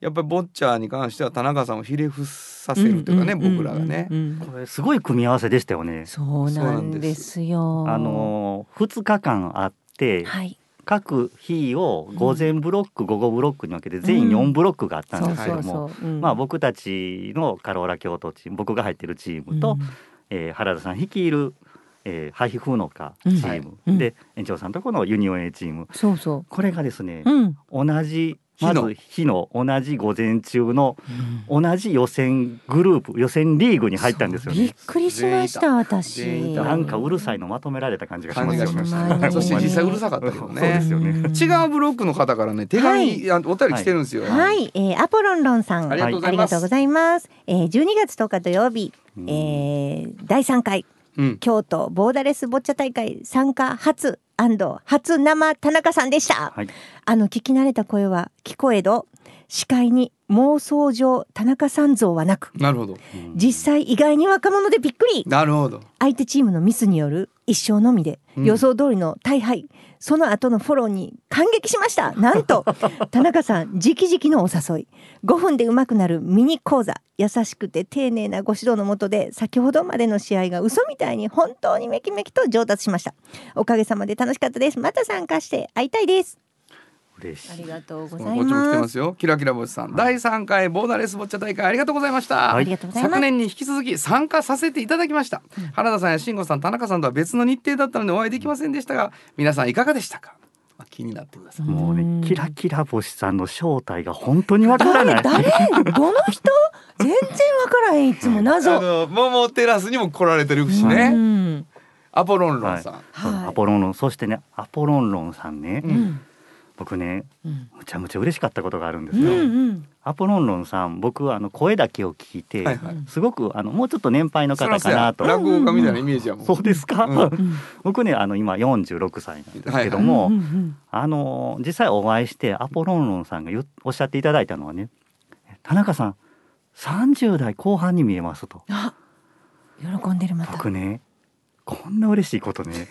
Speaker 2: やっぱりボッチャーに関しては田中さんをひれ伏させるというかね、
Speaker 3: んん
Speaker 2: 僕らがね
Speaker 3: う。んうん
Speaker 6: これすごい組み合わせでしたよね。
Speaker 3: そうなんですよ。
Speaker 6: あの2日間あって、
Speaker 3: はい、
Speaker 6: 各日を午前ブロック、午後ブロックに分けて全員
Speaker 3: うん
Speaker 6: 4ブロックがあったん
Speaker 3: そ
Speaker 6: で
Speaker 3: う
Speaker 6: すけ
Speaker 3: そ
Speaker 6: ど
Speaker 3: う
Speaker 6: も、
Speaker 3: そう。うん
Speaker 6: まあ、僕たちのカローラ京都チーム僕が入ってるチームと、えー原田さん率いる、えー、ハイフーノカチーム、
Speaker 3: うん
Speaker 6: で園長さんとこのユニオン A チーム
Speaker 3: そうそ
Speaker 6: これがですね
Speaker 3: う。、うん。
Speaker 6: 同じ
Speaker 2: 日
Speaker 6: ま
Speaker 2: の
Speaker 6: ず日の同じ午前中の同じ予選グループ予選リーグに入ったんですよ
Speaker 3: び
Speaker 6: ね
Speaker 3: っ。くりしました
Speaker 2: 全員
Speaker 3: 私。
Speaker 2: いた
Speaker 6: なんかうるさいのまとめられた感じがし
Speaker 2: 感
Speaker 6: ま
Speaker 2: じ
Speaker 6: す
Speaker 2: が
Speaker 6: よ
Speaker 2: しま
Speaker 6: ね
Speaker 2: し
Speaker 3: ほんま
Speaker 2: た。
Speaker 3: に
Speaker 2: そして実際うるさかったけど
Speaker 6: そうで
Speaker 2: ね。
Speaker 6: すよね
Speaker 2: 違うブロックの方からね手紙、
Speaker 3: はい
Speaker 2: あお便り来てるんですよ。
Speaker 3: はい、えー、アポロンロンさん、
Speaker 2: ありがとうございます
Speaker 3: ありがとうございます。えー、12月10日土曜日、
Speaker 6: うん
Speaker 3: えー、第3回
Speaker 2: うん。
Speaker 3: 京都ボーダレスボッチャ大会参加初初生田中さんでした。
Speaker 6: はい
Speaker 3: あの聞き慣れた声は聞こえど視界に妄想上田中さん像はなく
Speaker 2: なるほど。
Speaker 6: うん
Speaker 3: 実際意外に若者でびっくり
Speaker 2: なるほど。
Speaker 3: 相手チームのミスによる一勝のみで
Speaker 2: うん
Speaker 3: 予想通りの大敗、その後のフォローに感激しましたなんと田中さん直々のお誘い5分で上手くなるミニ講座優しくて丁寧なご指導のもとで先ほどまでの試合が嘘みたいに本当にめきめきと上達しましたおかげさまで楽しかったですまた参加して会いたいです
Speaker 6: 嬉しい
Speaker 3: がとう
Speaker 2: こ
Speaker 3: ご
Speaker 2: っちも来てますよ。キラキラ星さん、第三回ボーダーレスボッチャ大会ありがとうございました。
Speaker 6: はい
Speaker 3: ありがとうございます
Speaker 2: 昨年に引き続き参加させていただきました。原田さんや慎吾さん、田中さんとは別の日程だったのでお会いできませんでしたが、皆さんいかがでしたか。まあ、気になってください。
Speaker 6: もうねキラキラ星さんの正体が本当にわからな
Speaker 3: 誰
Speaker 6: い。
Speaker 3: 誰どの人全然わからへんいつも
Speaker 2: あ
Speaker 3: 謎
Speaker 2: のモモテラスにも来られてるし
Speaker 3: う
Speaker 2: ね。
Speaker 3: ん
Speaker 2: アポロンロンさん。
Speaker 3: はい
Speaker 6: アポロンロンそしてねアポロンロンさんね、
Speaker 2: うん
Speaker 6: 僕ね
Speaker 3: うん
Speaker 6: むちゃむちゃ嬉しかったことがあるんです
Speaker 3: うん
Speaker 6: よ。
Speaker 3: うん
Speaker 6: アポロンロンさん僕あの声だけを聞いて、
Speaker 2: はいはい
Speaker 6: すごくあのもうちょっと年配の
Speaker 2: そら
Speaker 6: 方
Speaker 2: そ
Speaker 6: か
Speaker 2: う
Speaker 6: な
Speaker 2: や
Speaker 6: と。
Speaker 2: 落語家みたいなイメージやもん。
Speaker 6: そうですか、
Speaker 2: う
Speaker 6: [laughs] 僕ねあの今46歳なんですけ
Speaker 2: [laughs]
Speaker 6: ども、
Speaker 3: うんうん
Speaker 6: あの実際お会いしてアポロンロンさんが言うおっしゃっていただいたのはね「田中さん30代後半に見えます」と。
Speaker 3: あ喜んでるまた
Speaker 6: 僕ねこんな嬉しいことね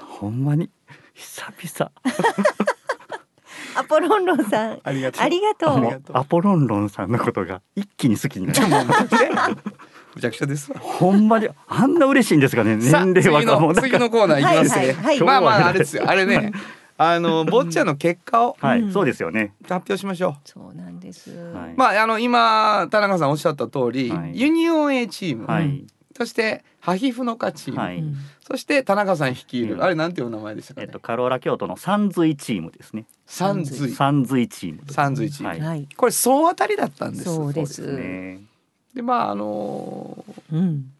Speaker 6: ほんまに久々
Speaker 3: アポロンロンさん
Speaker 2: ありがとう。
Speaker 3: ありがとう
Speaker 2: あり
Speaker 6: も
Speaker 2: が
Speaker 6: う
Speaker 2: とう
Speaker 6: アポロンロンさんのことが一気に好きになる
Speaker 2: むちゃくちゃですわ。
Speaker 6: ほんまにあんな嬉しいんですかね
Speaker 2: さあ
Speaker 6: 年齢若者
Speaker 2: 次の次のコーナーいきます
Speaker 3: はい
Speaker 2: ね、
Speaker 3: はいはい
Speaker 2: まあまああれですよあれねあのボッチャの結果を
Speaker 6: は
Speaker 3: うん
Speaker 6: いそうですよね
Speaker 2: 発表しましょ、
Speaker 3: そうなんです、
Speaker 6: はいう
Speaker 2: まああの今田中さんおっしゃった通り、
Speaker 6: はい
Speaker 2: ユニオン A チーム、
Speaker 6: はい
Speaker 2: そしてハヒフノカチーム、
Speaker 6: はい
Speaker 3: うん
Speaker 2: そして田中さん率いる、
Speaker 6: うん
Speaker 2: あれなんていうお名前でしたか
Speaker 6: え
Speaker 2: ね、
Speaker 6: っとカローラ京都の三髄チームですね
Speaker 2: サンズイ
Speaker 6: 三髄チーム
Speaker 2: サンズイチーム、
Speaker 6: はい
Speaker 3: はい
Speaker 2: これ総当たりだったんです
Speaker 3: そうです
Speaker 6: そうですね
Speaker 2: でまああのー
Speaker 3: うん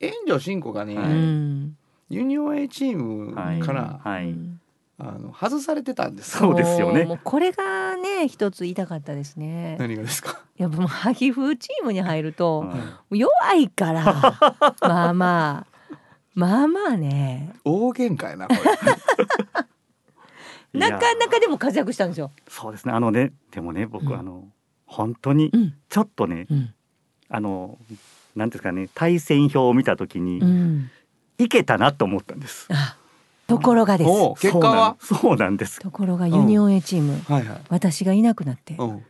Speaker 2: 炎上真子がね、
Speaker 6: は
Speaker 3: うん
Speaker 2: ユニオン A チームから、
Speaker 6: は
Speaker 3: う
Speaker 6: い。
Speaker 3: ん
Speaker 2: あの外されてたんです
Speaker 6: そうですよね
Speaker 3: もうこれがね一つ言いたかったですね。
Speaker 2: 何がですか
Speaker 3: やっぱもう萩風チームに入る
Speaker 6: う
Speaker 3: と
Speaker 6: ん
Speaker 3: 弱いからまあまあまあまあね
Speaker 2: 大喧嘩やなこれ
Speaker 6: いや
Speaker 3: なかなかでも活躍したんですよ。
Speaker 6: そうですね。あのね、でもね、僕、
Speaker 3: うん
Speaker 6: あの本当に
Speaker 3: うん
Speaker 6: ちょっとね、
Speaker 3: うん
Speaker 6: あのなんていうんですかね、対戦表を見たときに、
Speaker 3: うん、
Speaker 6: いけたなと思ったんです。
Speaker 3: あところがです。
Speaker 2: おう結果は
Speaker 6: そうなんです。
Speaker 3: ところがユニオン A チーム、
Speaker 2: はいはい
Speaker 3: 私がいなくなって
Speaker 2: うん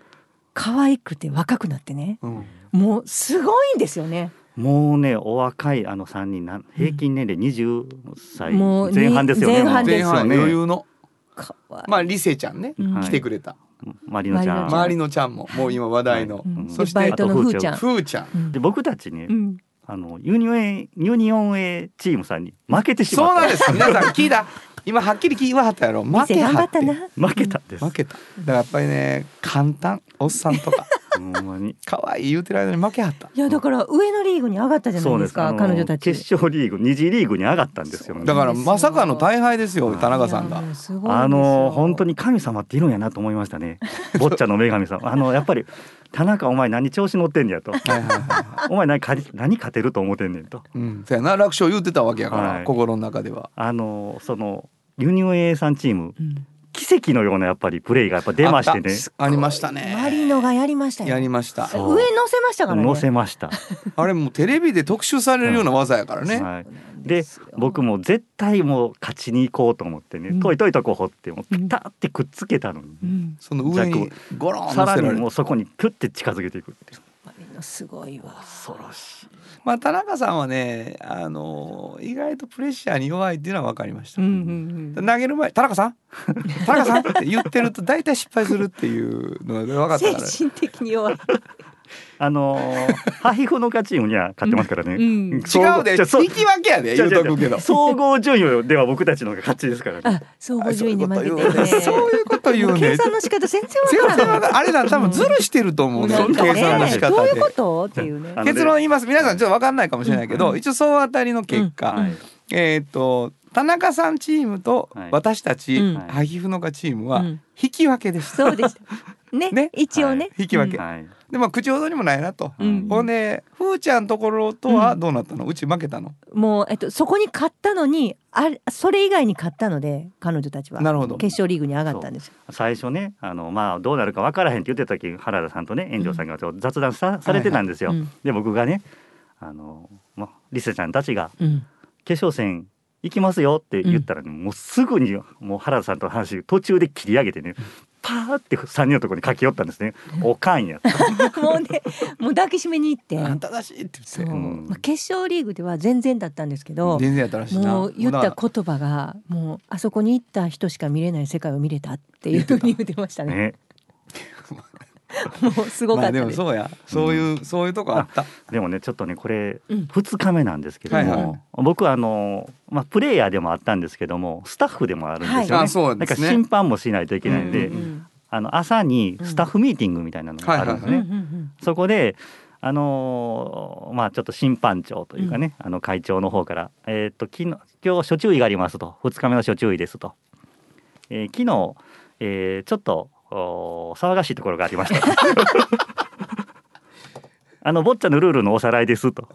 Speaker 3: 可愛くて若くなってね
Speaker 2: うん
Speaker 3: もうすごいんですよね。
Speaker 6: もうね、お若いあの三人なん平均年齢二十歳
Speaker 3: もうね
Speaker 6: 前半ですよね。
Speaker 3: 前半
Speaker 6: もう
Speaker 3: です
Speaker 2: 前半
Speaker 6: ね
Speaker 2: 余裕の
Speaker 3: 可愛い
Speaker 2: まあリセちゃんね、
Speaker 3: うん
Speaker 2: 来てくれた
Speaker 6: マリノちゃん。
Speaker 3: マ
Speaker 2: 周りのちゃんももう今話題の、
Speaker 3: うん
Speaker 2: そして
Speaker 3: でバイトのふーちゃん。
Speaker 2: ふーちゃん
Speaker 3: うん
Speaker 6: で僕たちね、
Speaker 3: うん
Speaker 6: あのユニオン A ユニオン A チームさんに負けてし
Speaker 2: そう
Speaker 6: ま
Speaker 2: な
Speaker 6: っ
Speaker 2: んです皆さん聞いた今はっきり言わはったやろ負
Speaker 3: 店
Speaker 2: け
Speaker 3: 頑
Speaker 2: は
Speaker 3: 張
Speaker 2: っ
Speaker 3: ってたな。
Speaker 6: た。負けたんです。
Speaker 2: 負けただからやっぱりね簡単おっさんとか
Speaker 6: ほんまに。
Speaker 2: 可愛い言うてる間に負けはった
Speaker 3: いやだから上のリーグに上がったじゃな
Speaker 6: そ
Speaker 3: いうで
Speaker 6: ですす
Speaker 3: か
Speaker 6: あの
Speaker 3: 彼女たち。
Speaker 6: 決勝リーグ二次リーグに上がったんですよね
Speaker 2: だからまさかの大敗ですよ田中さんが
Speaker 3: いやすごいんですよ
Speaker 6: あの本当に神様っているんやなと思いましたねボッチャの女神様あのやっぱり「田中お前何調子乗ってんねや」と
Speaker 2: はいはいはいはい
Speaker 6: 「お前何か何勝てると思ってんねん」と
Speaker 2: うん、そやな楽勝言うてたわけやから、
Speaker 6: はい
Speaker 2: 心の中では
Speaker 6: あのそのユニオン A さんチーム
Speaker 3: うん
Speaker 6: 奇跡のようなやっぱりプレーがやっぱ出ましてね
Speaker 2: ありましたね
Speaker 3: マリノがやりましたよ。
Speaker 2: やりました
Speaker 6: そう
Speaker 3: 上乗せましたからね。
Speaker 6: 乗せました、
Speaker 2: あれもうテレビで特集されるような技やからね、
Speaker 6: はい、
Speaker 3: で
Speaker 6: です
Speaker 3: よ
Speaker 6: 僕も絶対もう勝ちに行こうと思ってね、
Speaker 3: うん
Speaker 6: 遠い遠いとこ掘ってもう
Speaker 3: うん
Speaker 6: ピタってくっつけたのに、
Speaker 3: うん
Speaker 2: その上にゴロン
Speaker 6: さ
Speaker 2: 乗
Speaker 6: ら
Speaker 2: せ
Speaker 6: に
Speaker 2: られ
Speaker 6: も
Speaker 2: る
Speaker 6: うそこにピュッて近づけていくっていう
Speaker 3: マリノすごいわ。
Speaker 6: 恐ろしい
Speaker 2: まあ田中さんはねあの意外とプレッシャーに弱いっていうのは分かりました、
Speaker 3: うんうんうん。
Speaker 2: 投げる前「田中さん [laughs] 田中さん」って言ってると大体失敗するっていうのが分かった
Speaker 3: [laughs] 精
Speaker 2: から
Speaker 3: 神的に弱い。
Speaker 6: あのー、
Speaker 3: [laughs]
Speaker 6: ハイフの勝チームには勝ってますからね、
Speaker 3: うんうん
Speaker 6: 総合
Speaker 2: 違うで
Speaker 6: じゃあそう
Speaker 2: 引き分けやで
Speaker 6: じゃ
Speaker 2: 言
Speaker 6: あ
Speaker 2: う
Speaker 6: じゃ
Speaker 2: と
Speaker 6: あ
Speaker 2: くけ
Speaker 6: じゃ
Speaker 2: ど
Speaker 6: あ総合順位では僕たちの方が勝ちですからね
Speaker 3: あ、総合順位に負けてね。
Speaker 2: あそういうこと言うねそういうこと言うね
Speaker 3: 計算の仕方全然
Speaker 2: 全
Speaker 3: わ
Speaker 2: 然
Speaker 3: から
Speaker 2: わ
Speaker 3: な
Speaker 2: か
Speaker 3: い。
Speaker 2: んあれだ多分ズルしてると思うね、
Speaker 3: なんかね
Speaker 2: 計算の仕方で
Speaker 3: どういうことっていうね
Speaker 6: あ。のね
Speaker 2: 結論言います皆さんちょっと分かんないかもしれないけど、
Speaker 6: うん
Speaker 2: 一応総当たりの結果、
Speaker 6: はい
Speaker 2: えーっ、と田中さんチームと
Speaker 6: はい
Speaker 2: 私たち、
Speaker 3: うん
Speaker 2: 萩生野家チームは
Speaker 3: うん
Speaker 2: 引き分けでした、
Speaker 3: そうでした。
Speaker 2: ね
Speaker 3: ね、一応ね
Speaker 2: は。い引き分け
Speaker 6: はい
Speaker 2: でまあ口ほどにもないなと、
Speaker 3: うん
Speaker 2: ほんでふーちゃんところとはどうなったの、うち負けたの
Speaker 3: もうえっとそこに勝ったのに、あれそれ以外に勝ったので彼女たちは
Speaker 2: なるほど
Speaker 3: 決勝リーグに上がったんですよ。
Speaker 6: 最初ねあの、まあ、どうなるか分からへんって言ってた時原田さんとね炎上さんがちょっと雑談さ,、されてたんですよ。
Speaker 3: はいはいうん
Speaker 6: で僕がねあの、ま、リセちゃんたちが
Speaker 3: うん。
Speaker 6: 決勝戦行きますよって言ったらね、もうすぐにもう原田さんとの話途中で切り上げてねパーって3人のところに駆け寄ったんですね。おかんやった
Speaker 3: もうね、もう抱きしめに行って。
Speaker 2: あんたらしいって
Speaker 3: そ
Speaker 2: 言っ
Speaker 3: う、
Speaker 2: て
Speaker 6: うん
Speaker 3: まあ、決勝リーグでは全然だったんですけど。
Speaker 2: 全然やったらしいな
Speaker 3: もう言っ
Speaker 2: もだ
Speaker 3: た
Speaker 2: から
Speaker 3: 言葉がもうあそこに行った人しか見れない世界を見れたっていうふうに言ってましたね。
Speaker 6: ね。
Speaker 3: もうすごか
Speaker 2: ま
Speaker 3: った
Speaker 2: あ
Speaker 3: で。
Speaker 2: ですもそうやそういう、そういうとこあった
Speaker 6: でもねちょっとねこれ
Speaker 3: うん
Speaker 6: 2日目なんですけども、
Speaker 2: はいはい
Speaker 6: 僕はあの、まあ、プレイヤーでもあったんですけどもスタッフでもあるんですよね。
Speaker 2: はいあそうなんで
Speaker 6: なんか
Speaker 2: すね
Speaker 6: 審判もしないといけないんで、
Speaker 3: うんうん
Speaker 6: あの朝にスタッフミーティングみたいなのがあるんです
Speaker 3: うん
Speaker 6: ね。
Speaker 3: うんうん
Speaker 6: そこであのーまあちょっと審判長というかね、あの会長の方から「えーっと昨日今日処注意があります」と「2日目の処注意です」と「えー昨日、えーちょっとおー騒がしいところがあり
Speaker 2: [laughs]
Speaker 6: ました」あのボッチャのルールのおさらいで
Speaker 2: [laughs]
Speaker 6: すと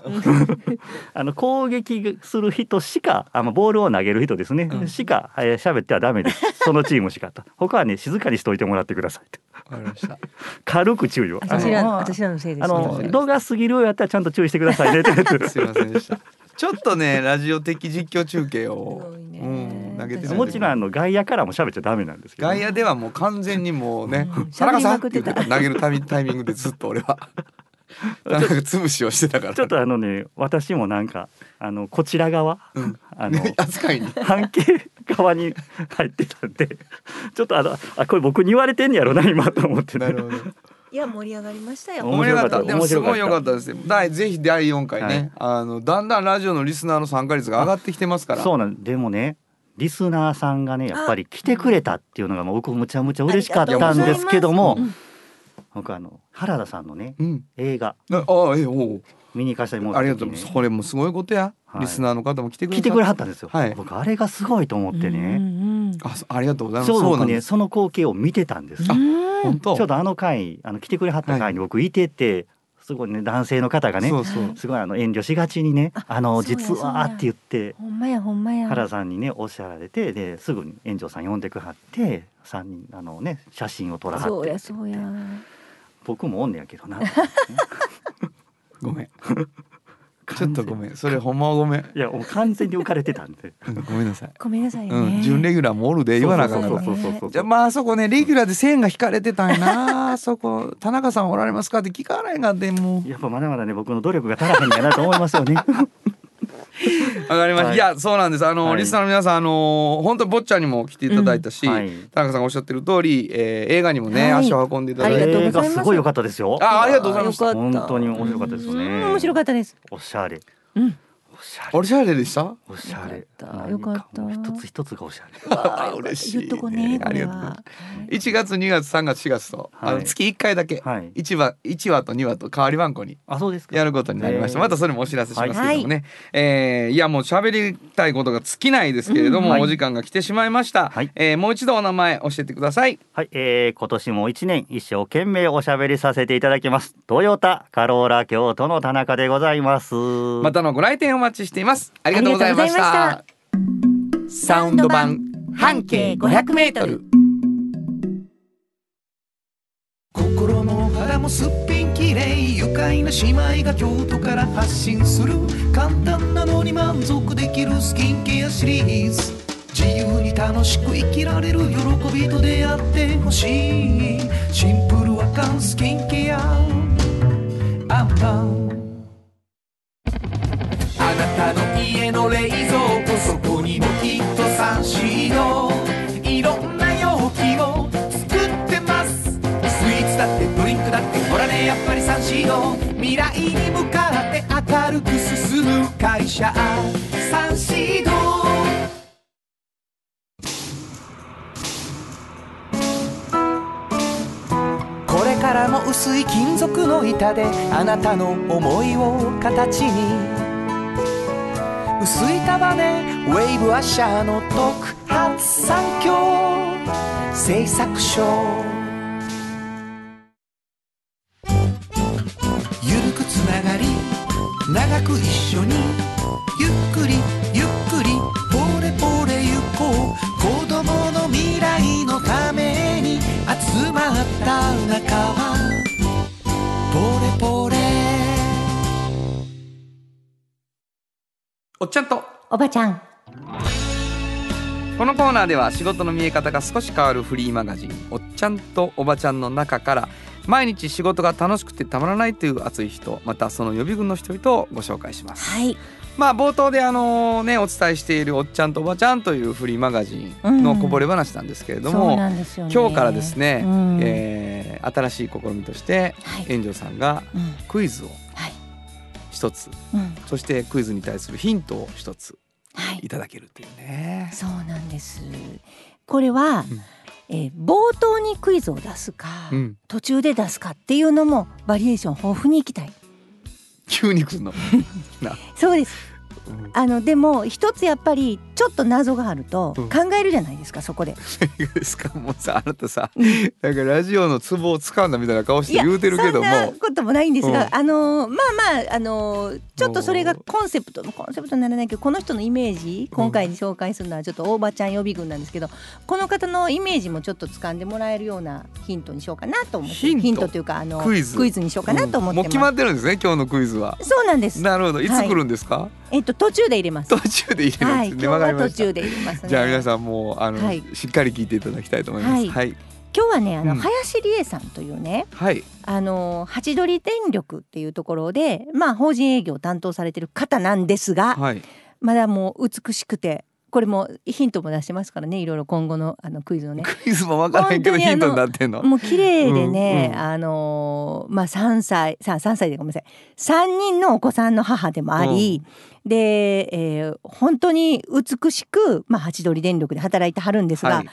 Speaker 6: あの攻撃する人しかあのボールを投げる人ですね、
Speaker 2: うん
Speaker 6: しか喋、えー喋ってはダメですそのチームしかと他はね静かにしておいてもらってくださいと
Speaker 2: わかりました
Speaker 6: 軽く注意を
Speaker 3: あ私ら
Speaker 6: あの
Speaker 3: 私らのせいです。
Speaker 6: あ
Speaker 3: みた
Speaker 6: の
Speaker 3: いな
Speaker 6: 度が過ぎるようやったらちゃんと注意してください
Speaker 2: [laughs]
Speaker 6: ねってやつ
Speaker 2: すいませんでしたちょっとねラジオ的実況中継を
Speaker 3: すごいね
Speaker 2: うん、投げてない
Speaker 6: もちろんあの外野からも喋っちゃダメなんですけど、
Speaker 2: 外野ではもう完全にもうね
Speaker 3: うん
Speaker 2: 「田中さん!」っ
Speaker 3: 喋
Speaker 2: て
Speaker 3: り
Speaker 2: 言
Speaker 3: まく
Speaker 2: っ
Speaker 3: って
Speaker 2: て投げるタイミタイミングでずっと俺は田中潰しをしてたから
Speaker 6: ちょっとあのね私もなんかあのこちら側、あの
Speaker 2: ね扱いに [laughs]
Speaker 6: 半径側に入ってたんでちょっとあのあこれ僕に言われてんやろな今と思ってね
Speaker 2: なるほど
Speaker 3: いや盛り上がりましたよ。
Speaker 2: 面
Speaker 6: 面
Speaker 2: 白か
Speaker 6: 白か
Speaker 2: っ
Speaker 6: ったた
Speaker 2: でもすごい良かったですよ第ぜひ第4回
Speaker 6: は
Speaker 2: ね
Speaker 6: い、
Speaker 2: あのだんだんラジオのリスナーの参加率が上がってきてますから
Speaker 6: そうなんでもねリスナーさんがねやっぱり来てくれたっていうのがもう僕むちゃむちゃ嬉しかったんですけども
Speaker 3: ありがとうございま
Speaker 6: 僕あの原田さんのね
Speaker 2: うん
Speaker 6: 映画
Speaker 2: なああええおう
Speaker 6: 見に行かせても
Speaker 2: あり
Speaker 6: ら
Speaker 2: が
Speaker 6: った
Speaker 2: と
Speaker 6: 時
Speaker 2: う
Speaker 6: にね
Speaker 2: それもすごいことや
Speaker 6: はい
Speaker 2: リスナーの方も来てくださ
Speaker 6: 来てくれはったんですよ、
Speaker 2: はい
Speaker 6: 僕あれがすごいと思って
Speaker 1: う
Speaker 6: ね、
Speaker 1: んうん
Speaker 2: あそありがとうございます
Speaker 6: ちょうど
Speaker 2: そうな
Speaker 6: 僕
Speaker 2: ん
Speaker 6: ね
Speaker 2: で
Speaker 6: そ
Speaker 2: す
Speaker 6: の光景を見てたんです、
Speaker 2: あ
Speaker 1: うん
Speaker 2: 本当
Speaker 6: ちょうどあの回あの来てくれはった回に僕いてて、すごいね男性の方がね
Speaker 2: そうそう
Speaker 6: すごいあの遠慮しがちにね「あの
Speaker 3: そうや
Speaker 6: 実
Speaker 3: そう
Speaker 6: は」
Speaker 3: や
Speaker 6: って言って
Speaker 3: ほんまやほんまや。
Speaker 6: 原さんにねおっしゃられてですぐに園長さん呼んでくはって3人あの、ね、写真を撮らはって
Speaker 3: そうやそうや。
Speaker 6: 僕もおんねやけどな
Speaker 3: [laughs]
Speaker 2: ご [laughs] めんちょっとごめんそれほんまはごめん
Speaker 6: いやもう完全に浮かれてたんで
Speaker 2: うんごめんなさい
Speaker 3: ごめんなさいね。
Speaker 2: うん準レギュラーもおるで言わなあかんか
Speaker 6: そ
Speaker 2: ら
Speaker 6: うそうそうそう
Speaker 2: じゃあまああそこねレギュラーで線が引かれてたんやな [laughs] あそこ田中さんおられますかって聞かないがでもう
Speaker 6: やっぱまだまだね僕の努力が足らへんやなと思いますよね
Speaker 2: わかりました、、
Speaker 6: はいい
Speaker 2: やそうなんですあの、
Speaker 6: はい
Speaker 2: リスナーの皆さんあの本当に坊ちゃんにも来ていただいたし、
Speaker 6: うんはい
Speaker 2: 田中さんがおっしゃってる通り、えー映画にもね、
Speaker 3: はい
Speaker 2: 足を運んでいただ
Speaker 3: あ
Speaker 2: い
Speaker 3: り
Speaker 2: て
Speaker 3: がとうございます
Speaker 6: 映画すごい良かったですよ
Speaker 2: あありがとうございました
Speaker 3: あよかっ
Speaker 6: 本
Speaker 3: た
Speaker 6: 当に面白かったですよね
Speaker 3: うん面白かったです。
Speaker 6: おしゃれ、
Speaker 1: うん
Speaker 6: おしゃれ
Speaker 2: おしゃれでした
Speaker 6: おしゃれ
Speaker 3: よかったよかった
Speaker 6: 何も一つ一つがおしゃれ
Speaker 2: 嬉しいね
Speaker 3: 言っとこねこ
Speaker 2: あり
Speaker 3: れ
Speaker 2: がとうございま
Speaker 3: は
Speaker 2: す。1月2月3月4月と、あの
Speaker 6: はい
Speaker 2: 月1回だけ、
Speaker 6: はい
Speaker 2: 一話1話と2話と代わり番号に
Speaker 6: あそうですか
Speaker 2: やることになりました、
Speaker 6: えー
Speaker 2: またそれもお知らせしますけどもね、えーいやもう喋りたいことが尽きないですけれども、
Speaker 6: うんはい
Speaker 2: お時間が来てしまいました、
Speaker 6: はい
Speaker 2: えーもう一度お名前教えてください
Speaker 6: はい、えー今年も一年一生懸命おしゃべりさせていただきます。トヨタカローラ京都の田中でございます。
Speaker 2: またのご来店お待ちしていますありがとうございまし
Speaker 3: あり
Speaker 2: たサウンド版半径500メートル
Speaker 5: 心も肌もすっぴんきれい愉快な姉妹が京都から発信する簡単なのに満足できるスキンケアシリーズ自由に楽しく生きられる喜びと出会ってほしいシンプルアカンスキンケアアンパンあなたの家の冷蔵庫そこにもきっとサンシードいろんな容器を作ってますスイーツだってドリンクだってほらねやっぱりサンシード未来に向かって明るく進む会社サンシードこれからも薄い金属の板であなたの思いを形に薄い束ねウェーブアッシャーの特発産業製作所ゆるくつながり長く一緒にゆっくりゆっくりポレポレゆこう子供の未来のために集まった仲間ポレポレ
Speaker 2: おっちゃんと
Speaker 4: おばちゃん
Speaker 2: このコーナーでは仕事の見え方が少し変わるフリーマガジン「おっちゃんとおばちゃん」の中から毎日仕事が楽しくてたまらないという熱い人またその予備軍の人々をご紹介します。
Speaker 3: はい。
Speaker 2: まあ冒頭であのねお伝えしている「おっちゃんとおばちゃん」というフリーマガジンのこぼれ話なんですけれど
Speaker 3: そう
Speaker 2: も、
Speaker 3: なんですよね。
Speaker 2: 今日からですね、
Speaker 3: うん
Speaker 2: えー新しい試みとして
Speaker 3: はい。
Speaker 2: 園長さんが
Speaker 3: うん
Speaker 2: クイズを
Speaker 3: はい
Speaker 2: 一つ、
Speaker 3: うん
Speaker 2: そしてクイズに対するヒントを一つ
Speaker 3: はい。
Speaker 2: いただけるというね。
Speaker 3: そうなんです。これは、
Speaker 2: うん
Speaker 3: えー冒頭にクイズを出すか、
Speaker 2: うん、
Speaker 3: 途中で出すかっていうのもバリエーション豊富にいきたい。
Speaker 2: 急に来るの。な
Speaker 3: そうです。
Speaker 2: うん
Speaker 3: あのでも一つやっぱりちょっと謎があると
Speaker 2: うん
Speaker 3: 考えるじゃないですか、そこで。
Speaker 2: いいですかもうさあなたさなんかラジオのツボを掴んだみたいな顔して言うてるけど
Speaker 3: いやそん
Speaker 2: も
Speaker 3: なこともないんですが、
Speaker 2: うん
Speaker 3: あのまあまああのちょっとそれがコンセプトコンセプトにならないけどこの人のイメージ今回紹介するのはちょっと大場ちゃん予備軍なんですけどこの方のイメージもちょっと掴んでもらえるようなヒントにしようかなと思って
Speaker 2: ヒント
Speaker 3: というかあの
Speaker 2: クイズ
Speaker 3: にしようかなと思っ
Speaker 2: もう
Speaker 3: てます。
Speaker 2: 決まってるんですね今日のクイズは。
Speaker 3: そうなんです。
Speaker 2: なるほどいつ来るんですか、
Speaker 3: えっと途中で入れます。
Speaker 2: 途中で入れるん
Speaker 3: は
Speaker 2: で
Speaker 3: い、
Speaker 2: すね
Speaker 3: 今日
Speaker 2: わ、かり
Speaker 3: は
Speaker 2: ま
Speaker 3: 途
Speaker 2: した
Speaker 3: 中で入れます、ね。
Speaker 2: じゃあ皆さんもうあの、
Speaker 3: はい
Speaker 2: しっかり聞いていただきたいと思います。は
Speaker 3: はい今日はねあの、
Speaker 2: うん
Speaker 3: 林理恵さんというね
Speaker 2: はい
Speaker 3: あのハチドリ電力っていうところでまあ法人営業を担当されてる方なんですが、
Speaker 2: はい。
Speaker 3: まだもう美しくてこれもヒントも出してますからねいろいろ今後のあのクイズのね。
Speaker 2: クイズもわからへんけど
Speaker 3: 本当にあ
Speaker 2: ヒ
Speaker 3: の
Speaker 2: ントになってんの。
Speaker 3: もう綺麗でね、
Speaker 2: うんうん
Speaker 3: あのーまあ3歳さあ3歳でごめんなさい3人のお子さんの母でもあり、で、えー本当に美しく、まあ、ハチドリ電力で働いてはるんですが、
Speaker 2: はい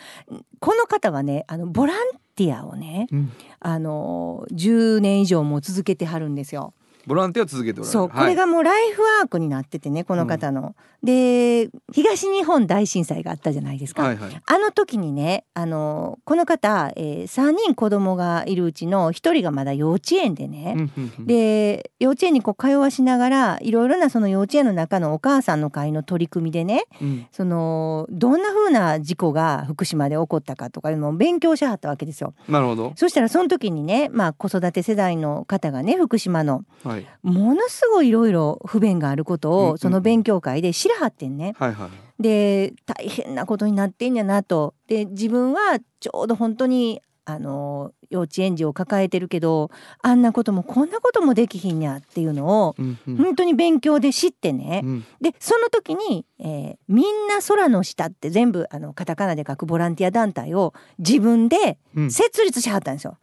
Speaker 3: この方はねあのボランティアをね
Speaker 2: うん
Speaker 3: あのー10年以上も続けてはるんですよ。
Speaker 2: ボランティアを続けておられる
Speaker 3: そう、これがもうライフワークになっててねこの方の。で東日本大震災があったじゃないですか。
Speaker 2: はいはいはい
Speaker 3: あの時にねあのこの方、え3人子供がいるうちの1人がまだ幼稚園でね、
Speaker 2: うんうんうん
Speaker 3: で幼稚園にこう通わしながらいろいろなその幼稚園の中のお母さんの会の取り組みでね
Speaker 2: うん
Speaker 3: そのどんな風な事故が福島で起こったかとかいうのを勉強しはったわけですよ。
Speaker 2: なるほど
Speaker 3: そしたらその時にね、まあ、子育て世代の方がね福島の
Speaker 2: はい
Speaker 3: ものすごいいろいろ不便があること
Speaker 2: うんうんう
Speaker 3: を
Speaker 2: ん
Speaker 3: その勉強会で知らはってんね。
Speaker 2: はいはい
Speaker 3: で大変なことになってんやなと。で自分はちょうど本当にあの幼稚園児を抱えてるけどあんなこともこんなこともできひんやっていうのを
Speaker 2: うんうん
Speaker 3: 本当に勉強で知ってね
Speaker 2: う。ん
Speaker 3: でその時に、えーみんな空の下」って全部あのカタカナで書くボランティア団体を自分で
Speaker 2: うん
Speaker 3: 設立しはったんですよ。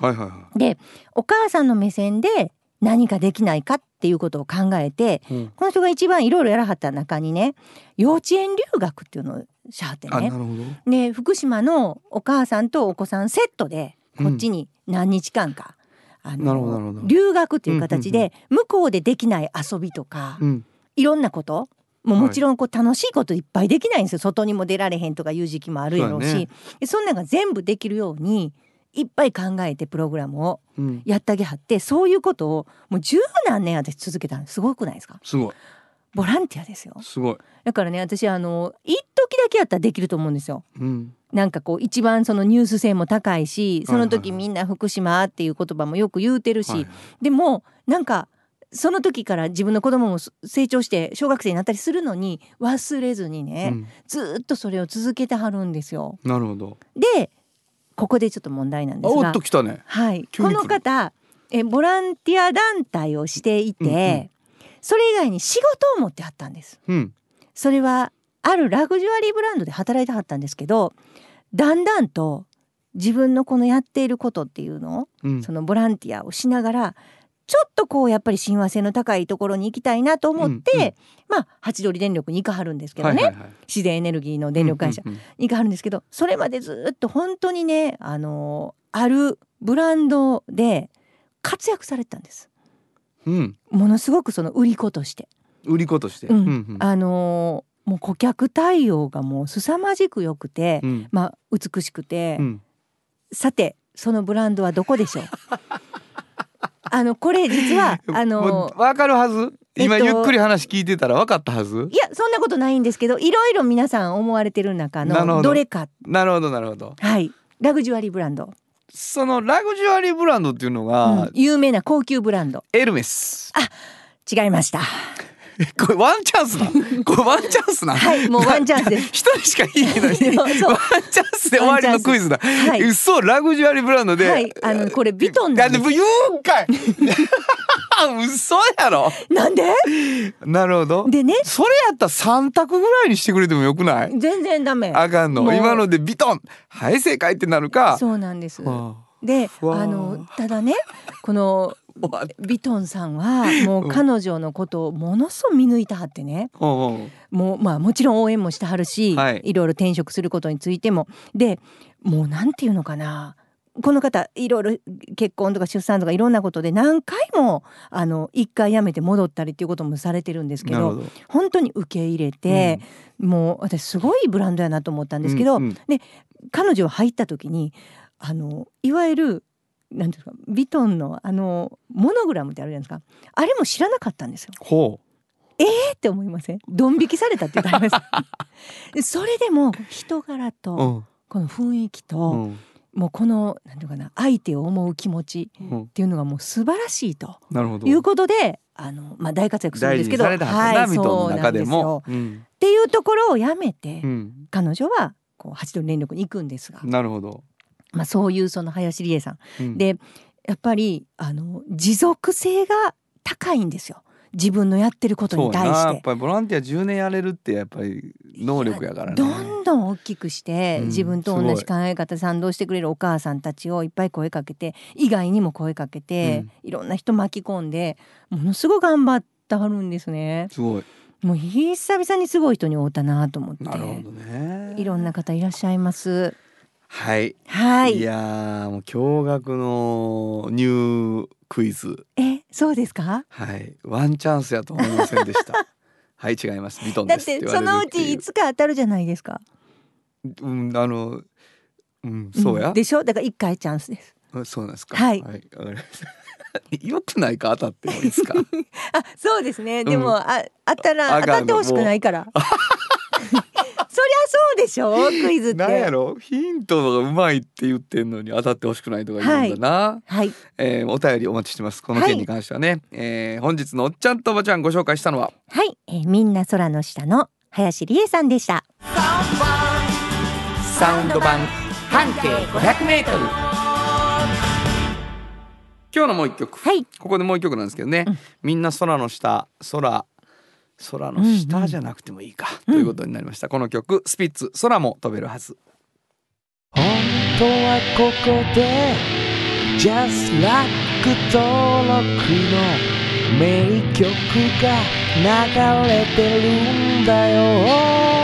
Speaker 2: はいはいは
Speaker 3: でお母さんの目線で何かできないかっていうことを考えて
Speaker 2: いうん
Speaker 3: この人が一番いろいろやらはった中にね幼稚園留学っていうのをしはって
Speaker 2: あなる
Speaker 3: ね
Speaker 2: ほど
Speaker 3: で福島のお母さんとお子さんセットでこっちに何日間か、あの
Speaker 2: なるほどなるほど
Speaker 3: 留学という形で、向こうでできない遊びとか、
Speaker 2: うん
Speaker 3: いろんなことも
Speaker 2: は
Speaker 3: う
Speaker 2: い
Speaker 3: もちろんこう楽しいこといっぱいできないんですよ外にも出られへんとかいう時期もあるやろうし
Speaker 2: そう
Speaker 3: そ
Speaker 2: やね
Speaker 3: んなんが全部できるようにいっぱい考えてプログラムを
Speaker 2: うん
Speaker 3: やってあげはってそういうことをもう十何年私続けたのすごくないですか
Speaker 2: すごい
Speaker 3: ボランティアですよ
Speaker 2: すごい
Speaker 3: だからね私あの一時だけやったらできると思うんですよ
Speaker 2: うん
Speaker 3: なんかこう一番そのニュース性も高いしその
Speaker 2: はいはい
Speaker 3: 時
Speaker 2: はい
Speaker 3: みんな福島っていう言葉もよく言うてるし、
Speaker 2: はい
Speaker 3: でもなんかその時から自分の子供もそ成長して小学生になったりするのに忘れずに
Speaker 2: う
Speaker 3: ね、
Speaker 2: ん
Speaker 3: ずーっとそれを続けてはるんですよ。
Speaker 2: なるほど
Speaker 3: でここでちょっと問題なん
Speaker 2: あ
Speaker 3: です
Speaker 2: おっ
Speaker 3: が
Speaker 2: と、来たね
Speaker 3: はい、
Speaker 2: 急に
Speaker 3: こ
Speaker 2: 来る
Speaker 3: の方えボランティア団体をしていて、
Speaker 2: うんうん
Speaker 3: それ以外に仕事を持ってはったんです。
Speaker 2: うん
Speaker 3: それはあるラグジュアリーブランドで働いてはったんですけどだんだんと自分のこのやっていることっていうのを
Speaker 2: うん
Speaker 3: そのボランティアをしながらちょっとこうやっぱり親和性の高いところに行きたいなと思って、
Speaker 2: うんうん
Speaker 3: まあ八鳥電力に行かはるんですけど
Speaker 2: はい
Speaker 3: ね、
Speaker 2: はいはい
Speaker 3: 自然エネルギーの電力会社
Speaker 2: うんうんうん
Speaker 3: に行かはるんですけど、それまでずっと本当にねあのあるブランドで活躍されてたんです。
Speaker 2: うん
Speaker 3: ものすごくその売り子として、
Speaker 2: 売り子として
Speaker 3: うん
Speaker 2: うんうん
Speaker 3: あのもう顧客対応がもう凄まじく良くて、
Speaker 2: うん
Speaker 3: まあ美しくて、
Speaker 2: うん
Speaker 3: さてそのブランドはどこでし
Speaker 2: [laughs]
Speaker 3: ょうあのこれ実はあ
Speaker 2: も
Speaker 3: の
Speaker 2: うわかるはず
Speaker 3: えっと
Speaker 2: 今ゆっくり話聞いてたらわかったはず
Speaker 3: いやそんなことないんですけどいろいろ皆さん思われてる中
Speaker 2: なるほど
Speaker 3: のどれか
Speaker 2: なるほどなるほど
Speaker 3: はいラグジュアリーブランド、
Speaker 2: そのラグジュアリーブランドっていうの
Speaker 3: うん
Speaker 2: が
Speaker 3: 有名な高級ブランド
Speaker 2: エルメス
Speaker 3: 違いました
Speaker 2: [laughs] これワンチャン
Speaker 3: [laughs]
Speaker 2: スなこれワンチャンスな
Speaker 3: はいもうワンチャンスです
Speaker 2: [laughs] 一人しかいいのに
Speaker 3: [laughs] そ
Speaker 2: ワン
Speaker 3: う
Speaker 2: チ
Speaker 3: そう
Speaker 2: ャンスで終わりのクイズだ
Speaker 3: はいう
Speaker 2: ラグジュアリーブランドで
Speaker 3: はいあのこれビトン
Speaker 2: な
Speaker 3: なんん
Speaker 2: で
Speaker 3: で
Speaker 2: 言うんかい [laughs] 嘘やろ
Speaker 3: すなんで
Speaker 2: なるほど
Speaker 3: でね
Speaker 2: それやったら3択ぐらいにしてくれてもよくない
Speaker 3: 全然ダメ
Speaker 2: あかん
Speaker 3: も
Speaker 2: の
Speaker 3: う
Speaker 2: 今のでビトンはい正解ってなるか
Speaker 3: そうなんです
Speaker 2: は
Speaker 3: であ
Speaker 2: わあ
Speaker 3: のただね
Speaker 2: [laughs]
Speaker 3: この
Speaker 2: あ終わっ
Speaker 3: ビトンさんはもう彼女のことをものすごい見抜いたはってね
Speaker 2: おうおう
Speaker 3: もうまあもちろん応援もしてはるし、
Speaker 2: はい
Speaker 3: い、ろいろ転職することについてもでもうなんていうのかなこの方いろいろ結婚とか出産とかいろんなことで何回もあの一回辞めて戻ったりっていうこともされてるんですけ
Speaker 2: なるほ
Speaker 3: ど
Speaker 2: ど
Speaker 3: 本当に受け入れて、もう私すごいブランドやなと思ったんですけど、
Speaker 2: うんうん
Speaker 3: 彼女が入った時にあのいわゆるなんていうんですかヴィトンのあのモノグラムってあるじゃないですかあれも知らなかったんですよ。
Speaker 2: ほ
Speaker 3: って思いませんドン引きされたって言わ
Speaker 2: [laughs]
Speaker 3: れますでそれでも人柄
Speaker 2: うう
Speaker 3: と
Speaker 2: ん
Speaker 3: この雰囲気と、
Speaker 2: うん
Speaker 3: もうこのなんていうかな相手を思う気持ちっ
Speaker 2: うん
Speaker 3: ていうのがもう素晴らしいと
Speaker 2: なるほど
Speaker 3: いうことであの、まあ、大活躍するん
Speaker 2: 大
Speaker 3: で
Speaker 2: 事
Speaker 3: すけ
Speaker 2: に
Speaker 3: ど
Speaker 2: されたはずな
Speaker 3: はい
Speaker 2: ビトンの中で
Speaker 3: そうなん
Speaker 2: も
Speaker 3: ですよ
Speaker 2: うん
Speaker 3: っていうところをやめて、
Speaker 2: うん
Speaker 3: 彼女はこう八鳥連力に行くんですが、
Speaker 2: なるほど
Speaker 3: まあ、そういうその林理恵さん
Speaker 2: うん
Speaker 3: でやっぱりあの持続性が高いんですよ自分のやってること
Speaker 2: そう
Speaker 3: に
Speaker 2: や
Speaker 3: 対
Speaker 2: な
Speaker 3: し
Speaker 2: や
Speaker 3: て
Speaker 2: っ。ぱりボランティア10年やれるってやっぱり能力やからね
Speaker 3: どんどん大きくして、
Speaker 2: うん
Speaker 3: 自分と同じ考え方賛同してくれるお母さんたちをいっぱい声かけて以外にも声かけて、いろんな人巻き込んでものすごい頑張ってはるんですね
Speaker 2: すごい
Speaker 3: もう久々にすごい人に会うたなと思って
Speaker 2: なるほどね
Speaker 3: いろんな方いらっしゃいます
Speaker 2: はい
Speaker 3: はい
Speaker 2: いやーもう驚愕のニュークイズ
Speaker 3: えそうですか
Speaker 2: はいワンチャンスやと思いませんでした
Speaker 3: [laughs]
Speaker 2: はい違いますリトン
Speaker 3: だ
Speaker 2: で
Speaker 3: っ
Speaker 2: すって
Speaker 3: て
Speaker 2: 言
Speaker 3: その
Speaker 2: われる
Speaker 3: う
Speaker 2: って
Speaker 3: ち
Speaker 2: い
Speaker 3: いうつか当たるじゃないですか
Speaker 2: うんあのうんそうや、
Speaker 3: んでしょだから一回チャンスです
Speaker 2: あそうなんですか
Speaker 3: はい
Speaker 2: わかりました [laughs] よくないか当たってもいいです
Speaker 3: [laughs]
Speaker 2: か
Speaker 3: あそうですね
Speaker 2: ん
Speaker 3: でも、あ当たら
Speaker 2: あ
Speaker 3: 当たってほしくないから [laughs] そりゃそうでしょクイズって
Speaker 2: なんやろヒントがうまいって言ってんのに当たってほしくないとか言うんだな、
Speaker 3: はい
Speaker 2: えーお便りお待ちしてますこの件に関してはね、えー本日のおっちゃんとおばちゃんご紹介したのは
Speaker 4: はい、えーみんな空の下の林理恵さんでした
Speaker 2: サウンド版半径 500m 今日のもう一曲、
Speaker 4: はい
Speaker 2: ここでもう一曲なんですけどね、みんな空の下空空の下じゃなくてもいいか、ということになりましたこの曲スピッツ空も飛べるはず
Speaker 5: 本当はここで Just Rock 登録の名曲が流れてるんだよ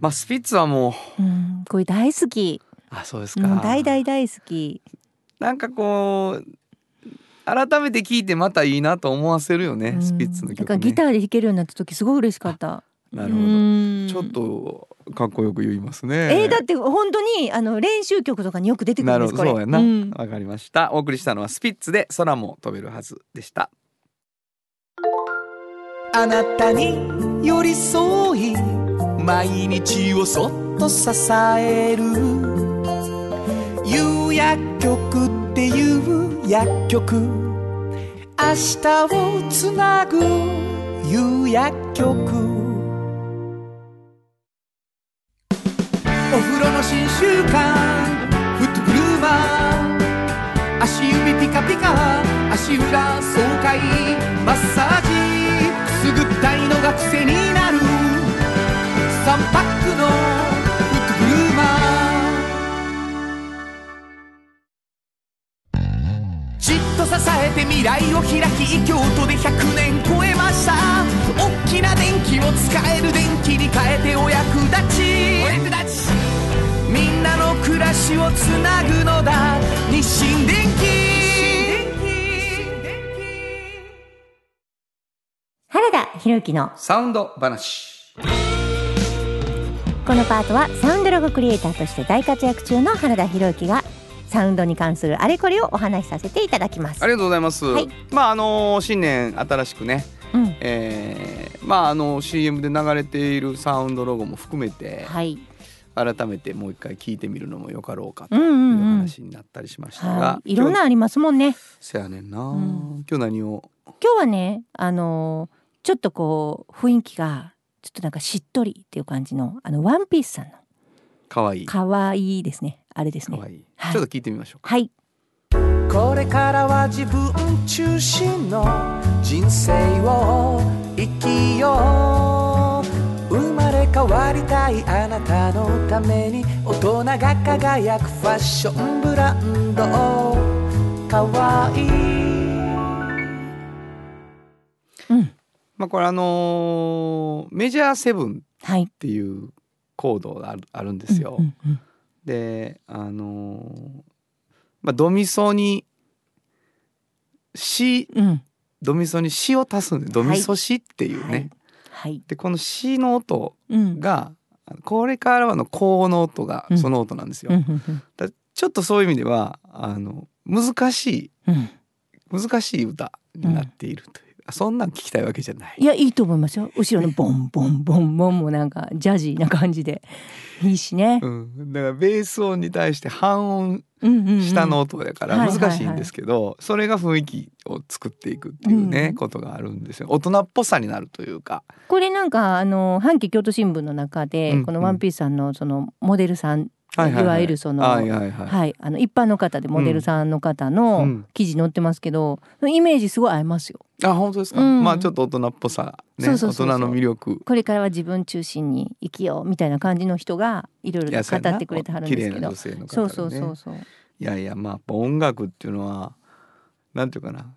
Speaker 2: まあスピッツはもう
Speaker 3: うんこれ大好き
Speaker 2: あそうですか
Speaker 3: もう大大大好き
Speaker 2: なんかこう改めて聞いてまたいいなと思わせるよね、
Speaker 3: うん
Speaker 2: スピッツの曲、ね、
Speaker 3: だからギターで弾けるようになった時すごい嬉しかった
Speaker 2: なるほど
Speaker 3: ど
Speaker 2: ちょっとかっこよく言いますね。
Speaker 3: えー、だって本当にあの練習曲とかによく出てくる
Speaker 2: なん
Speaker 3: で
Speaker 2: る
Speaker 3: す
Speaker 2: ほど
Speaker 3: これ
Speaker 2: そうやなわ、
Speaker 3: ん
Speaker 2: かりましたお送りしたのはスピッツで空も飛べるはずでした
Speaker 5: あなたに寄り添い毎日をそっと支える有薬局っていう薬局明日をつなぐ有薬局お風呂の新習慣フットグルーマー足指ピカピカ足裏爽快マッサージくすぐったいのが癖になる3パックのフットグルーマーじっと支えて未来を開き京都で100年超えました大きな電気を使える電気に変えてお役立ちお役立ちみんなの暮らしをつなぐのだ日清電気
Speaker 4: 原田博之の
Speaker 2: サウンド話
Speaker 4: このパートはサウンドロゴクリエイターとして大活躍中の原田博之がサウンドに関するあれこれをお話しさせていただきます
Speaker 2: ありがとうございます、
Speaker 4: はい
Speaker 2: まああのー新年新しくね、
Speaker 4: うん
Speaker 2: えーまああの CM で流れているサウンドロゴも含めて
Speaker 4: はい
Speaker 2: 改めてもう一回聞いてみるのもよかろうかと
Speaker 4: うん
Speaker 2: いう
Speaker 4: うんうん
Speaker 2: 話になったりしましたが、
Speaker 4: はいいろんな
Speaker 2: 今日
Speaker 4: ありますもんね
Speaker 2: せやねんな、
Speaker 3: ん
Speaker 2: 今日何を
Speaker 3: 今日はねあのーちょっとこう雰囲気がちょっとなんかしっとりっていう感じのあのワンピースさんの
Speaker 2: かわいいか
Speaker 3: 可愛いですねあれですね
Speaker 2: わいい、
Speaker 3: はい
Speaker 2: ちょっと聞いてみましょうか
Speaker 3: はい
Speaker 5: これからは自分中心の人生を生きよう生まれ変わりたいあなたのために大人が輝くファッションブランドかわいい
Speaker 2: まあこれあのーメジャーセブン
Speaker 3: はい
Speaker 2: っていうコードがあるあるんですよ。
Speaker 3: うんうん
Speaker 2: であのーまあドミソに「し
Speaker 3: うんうん」
Speaker 2: ドミソに「し」を足すんでドミソ「し」っていうね。
Speaker 3: はいはい
Speaker 2: でこの「し」の音
Speaker 3: うん
Speaker 2: があのこれからはの「こう」の音が
Speaker 3: うん
Speaker 2: その音なんですよ。
Speaker 3: うんうんうん
Speaker 2: だちょっとそういう意味ではあの難し
Speaker 3: うん
Speaker 2: い難しい歌になっているという、あそんなん聞きたいわけじゃない
Speaker 3: い。やいいと思いますよ後ろのボンボンボンボンもなんかジャジーな感じでいいしね
Speaker 2: うん、だからベース音に対して半音
Speaker 3: うんうんうん
Speaker 2: 下の音だから
Speaker 3: はいはいはい
Speaker 2: 難しいんですけど、それが雰囲気を作っていくっていうね、
Speaker 3: うん
Speaker 2: ことがあるんですよ大人っぽさになるというか
Speaker 3: これなんかあの半径京都新聞の中で、
Speaker 2: うん
Speaker 3: このワンピースさんのそのモデルさん、いわゆるその
Speaker 2: はいはいはい、
Speaker 3: はい、あの一般の方でモデルさんの方
Speaker 2: う
Speaker 3: の
Speaker 2: ん
Speaker 3: 記事載ってますけど、イメージすごい合いますよ。
Speaker 2: あ本当ですか、
Speaker 3: うん
Speaker 2: まあちょっと大人っぽさね
Speaker 3: そうそうそうそう
Speaker 2: 大人の魅力
Speaker 3: これからは自分中心に生きようみたいな感じの人がいろいろ
Speaker 2: や
Speaker 3: と語ってくれてはるんですけ
Speaker 2: 綺麗な
Speaker 3: ど
Speaker 2: 女。性の方
Speaker 3: そ
Speaker 2: が
Speaker 3: う
Speaker 2: ね
Speaker 3: そうそうそう。
Speaker 2: いやいやまあやっぱ音楽っていうのはなんていうかな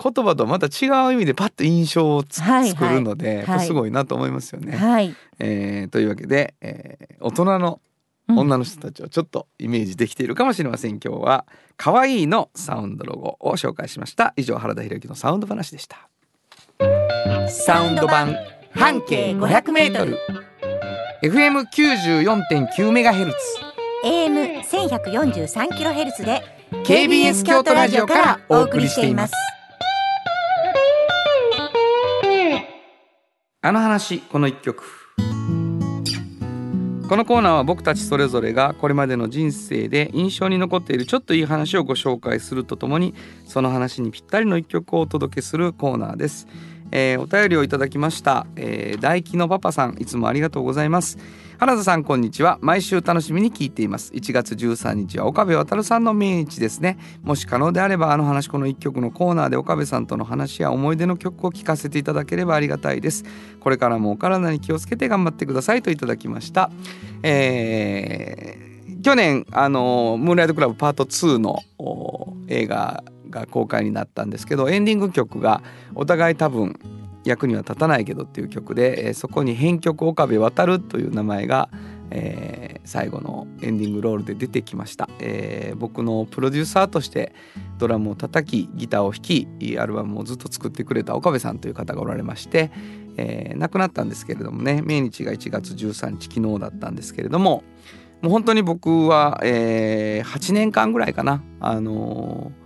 Speaker 2: 言葉とまた違う意味でパッと印象をつ、
Speaker 3: はいはい
Speaker 2: 作るので、
Speaker 3: はい
Speaker 2: すごいなと思いますよね。
Speaker 3: はい。
Speaker 2: えーというわけで、えー大人の
Speaker 3: うん
Speaker 2: 女の人たちをちょっとイメージできているかもしれません、今日は「可愛いのサウンドロゴを紹介しました以上原田裕之のサウンド話でしたサウンド版半径 500mFM94.9MHz
Speaker 4: AM 千百四十三キロヘルツで
Speaker 2: KBS 京都ラジオからお送りしていますあの話この一曲このコーナーは僕たちそれぞれがこれまでの人生で印象に残っているちょっといい話をご紹介するとともにその話にぴったりの一曲をお届けするコーナーです、えーお便りをいただきました、えー、大輝のパパさんいつもありがとうございます原田さんこんにちは毎週楽しみに聞いています1月13日は岡部渉さんの命日ですねもし可能であればあの話この一曲のコーナーで岡部さんとの話や思い出の曲を聞かせていただければありがたいですこれからもお体に気をつけて頑張ってくださいといただきましたえー去年あのムーンライトクラブパート2のお映画が公開になったんですけどエンディング曲がお互い多分役には立たないけどっていう曲で、えーそこに編曲岡部渉という名前が、えー最後のエンディングロールで出てきました、えー僕のプロデューサーとしてドラムを叩きギターを弾きいいアルバムをずっと作ってくれた岡部さんという方がおられまして、えー亡くなったんですけれどもね命日が1月13日昨日だったんですけれどももう本当に僕は、えー8年間ぐらいかなあのー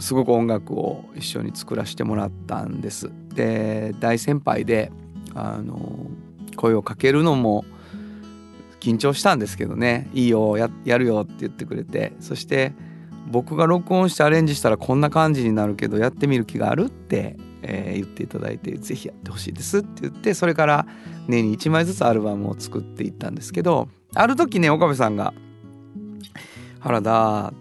Speaker 2: すごく音楽を一緒に作らせてもらったんです。で大先輩であの声をかけるのも緊張したんですけどね「いいよややるよ」って言ってくれてそして僕が録音してアレンジしたらこんな感じになるけどやってみる気があるって、えー言っていただいて「ぜひやってほしいです」って言ってそれから年に1枚ずつアルバムを作っていったんですけどある時ね岡部さんが「原田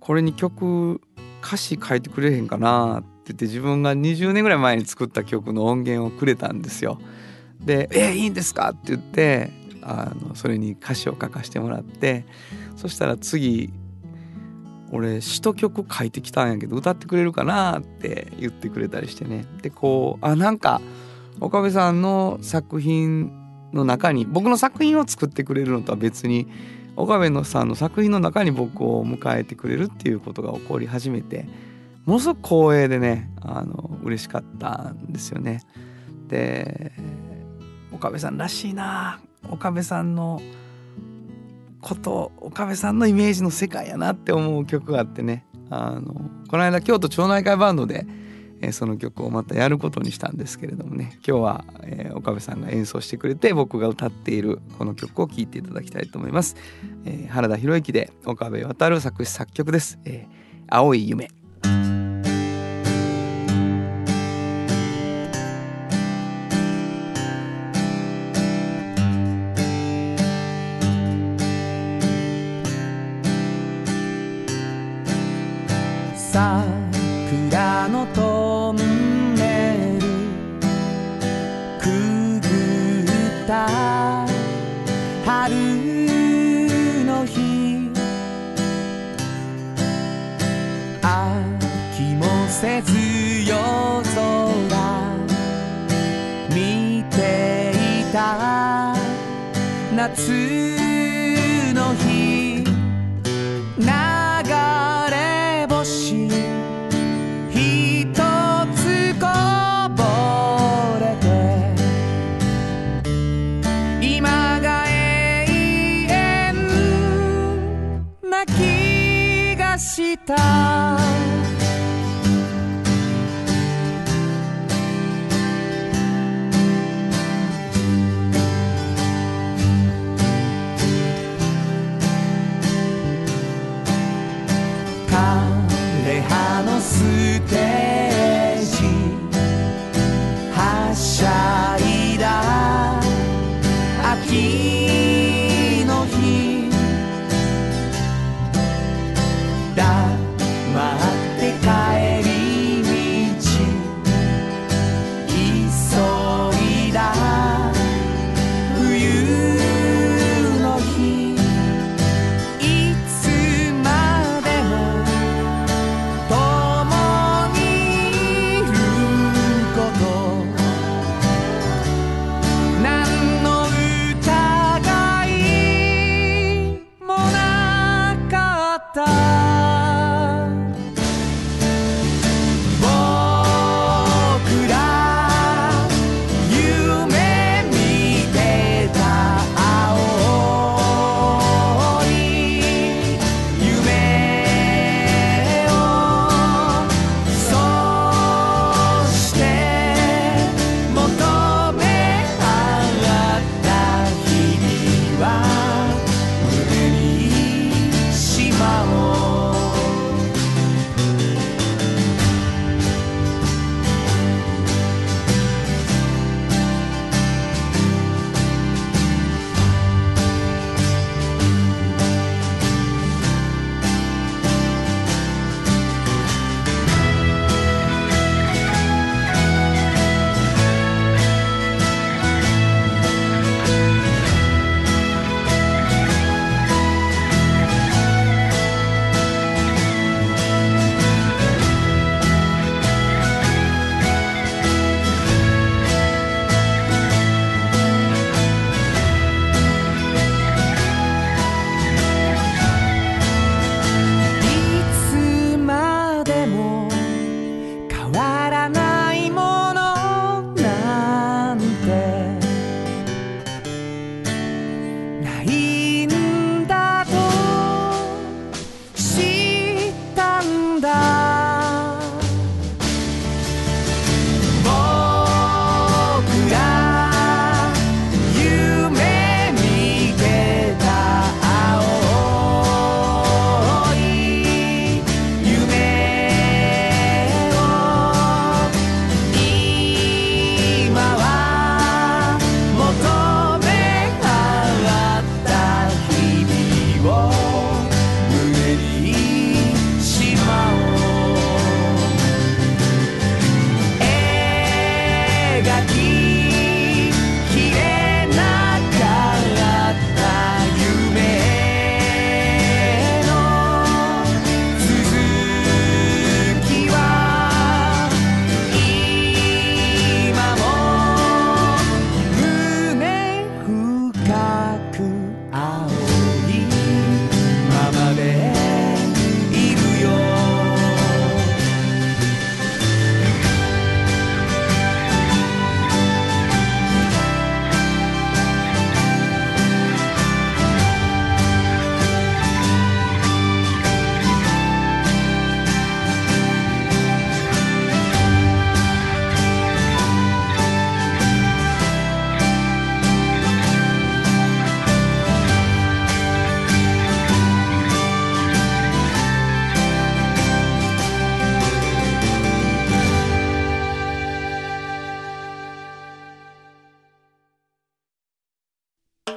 Speaker 2: これに曲歌詞書いてくれへんかなって言って自分が20年ぐらい前に作った曲の音源をくれたんですよ。で「えーいいんですか?」って言ってあのそれに歌詞を書かせてもらってそしたら次俺詩と曲書いてきたんやけど歌ってくれるかなって言ってくれたりしてねでこうあなんか岡部さんの作品の中に僕の作品を作ってくれるのとは別に岡部のさんの作品の中に僕を迎えてくれるっていうことが起こり始めてものすごく光栄でねあの嬉しかったんですよね。で岡部さんらしいな岡部さんのこと岡部さんのイメージの世界やなって思う曲があってねあのこの間京都町内会バンドで、えーその曲をまたやることにしたんですけれどもね今日は、えー岡部さんが演奏してくれて僕が歌っているこの曲を聴いていただきたいと思います、えー原田博之で岡部渉作詞作曲です、えー青い夢
Speaker 5: 桜のトンネルくぐった春の日秋もせず夜空見ていた夏の日流れ星ひとつこぼれて今が永遠な気がした枯葉のステージはしゃいだ秋の日黙って帰り道急いだ冬の日いつまでも「友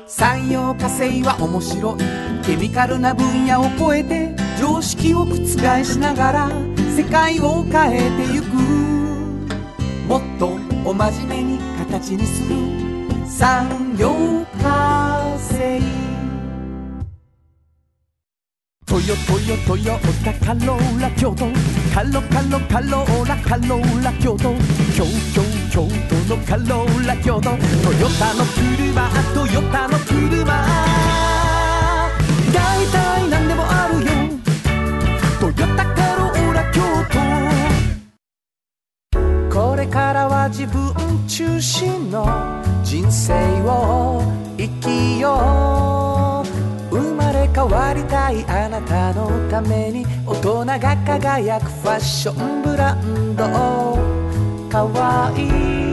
Speaker 5: 産業化成は面白いケミカルな分野を超えて常識を覆しながら世界を変えてゆくもっとお真面目に形にする産業化成トヨトヨトヨタカローラ京都カロカロカローラカローラ京都京京京都のカローラ京都トヨタの車トヨタの車大体何でもあるよトヨタカローラ京都これからは自分中心の人生を生きよう生まれ変わりたいあなたのために大人が輝くファッションブランドかわいい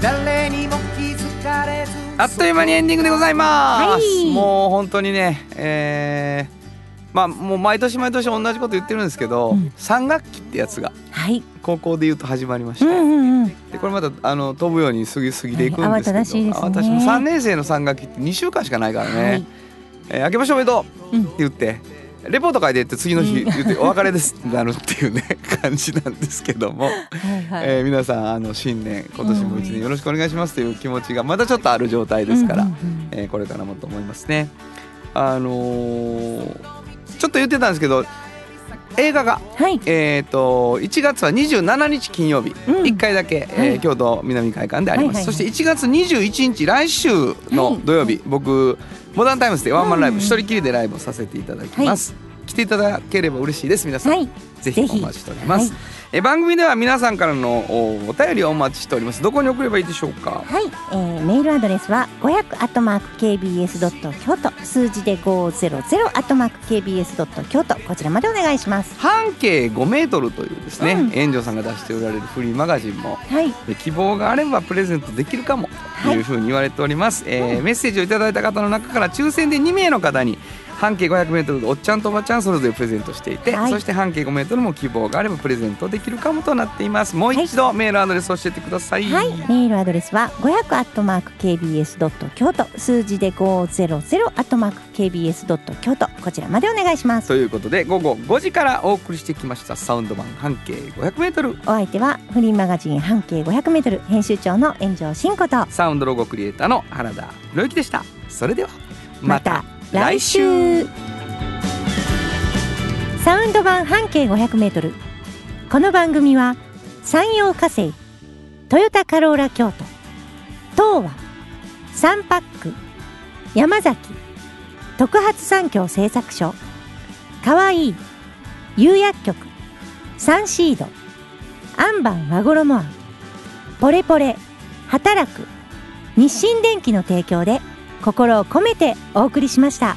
Speaker 5: 誰にも気づかれず
Speaker 2: あっという間にエンディングでございます、
Speaker 3: はい
Speaker 2: もう本当にねえーまあもう毎年毎年同じこと言ってるんですけど、
Speaker 7: うん
Speaker 2: 三学期ってやつが
Speaker 7: はい。
Speaker 2: 高校で言うと始まりまし
Speaker 7: う
Speaker 2: た、
Speaker 7: んうんうん。
Speaker 2: でこれまたあの飛ぶように過ぎ過ぎていくんですけど、
Speaker 7: はい慌ただしいですね
Speaker 2: 慌ただしいもう3年生の三学期って2週間しかないからね、
Speaker 7: はい
Speaker 2: えー明けましておめでとう」
Speaker 7: うん
Speaker 2: って言って、レポート書いてって次の日
Speaker 7: うん
Speaker 2: 言って「お別れです」ってなるっていうね感じなんですけども、
Speaker 7: [laughs] はいはい。
Speaker 2: えー皆さんあの新年今年も一年よろしくお願いしますという気持ちがまだちょっとある状態ですから、
Speaker 7: うんうんうん
Speaker 2: えーこれからもと思いますね。あのーちょっと言ってたんですけど映画が
Speaker 7: はい。
Speaker 2: えー、と1月は27日金曜日、
Speaker 7: うん
Speaker 2: 1回だけ、えー
Speaker 7: はい
Speaker 2: 京都南会館であります、
Speaker 7: はいはいはい
Speaker 2: そして1月21日来週の土曜日、僕モダンタイムズでワンマンライブ
Speaker 7: うん
Speaker 2: 一人きりでライブをさせていただきます、来ていただければ嬉しいです皆さん、
Speaker 7: はい
Speaker 2: ぜひ
Speaker 7: ぜ
Speaker 2: お
Speaker 7: ひ
Speaker 2: 待ちしております、
Speaker 7: は
Speaker 2: えー番組では皆さんからのおお便りをお待ちしておりますどこに送ればいいでしょうか
Speaker 3: はい、えー、メールアドレスは500アットマーク KBS ドット京都数字で500アットマーク KBS ドット京都こちらまでお願いします。
Speaker 2: 半径5メートルというですね、
Speaker 3: うん
Speaker 2: 園長さんが出しておられるフリーマガジンも
Speaker 3: はい、
Speaker 2: で希望があればプレゼントできるかもと
Speaker 3: い
Speaker 2: いうふうに言われております、えーメッセージをいただいた方の中から抽選で2名の方に半径 500m おっちゃんとおばちゃんそれぞれプレゼントしていて、
Speaker 3: はい
Speaker 2: そして半径 5m も希望があればプレゼントできるかもとなっていますもう一度メールアドレス教えてください、
Speaker 3: はい、メールアドレスは500アットマーク KBS ドット京都数字で500アットマーク KBS ドット京都こちらまでお願いします。
Speaker 2: ということで午後5時からお送りしてきましたサウンド版半径 500m
Speaker 3: お相手はフリーマガジン半径500メートル編集長の炎上真子と
Speaker 2: サウンドロゴクリエイターの原田博之でしたそれでは
Speaker 3: 来週サウンド版半径500メートルこの番組は山陽火星トヨタカローラ京都東和サンパック山崎特発産業製作所かわいい釉薬局サンシードアンバン和衣庵ポレポレ働く日清電機の提供で心を込めてお送りしました。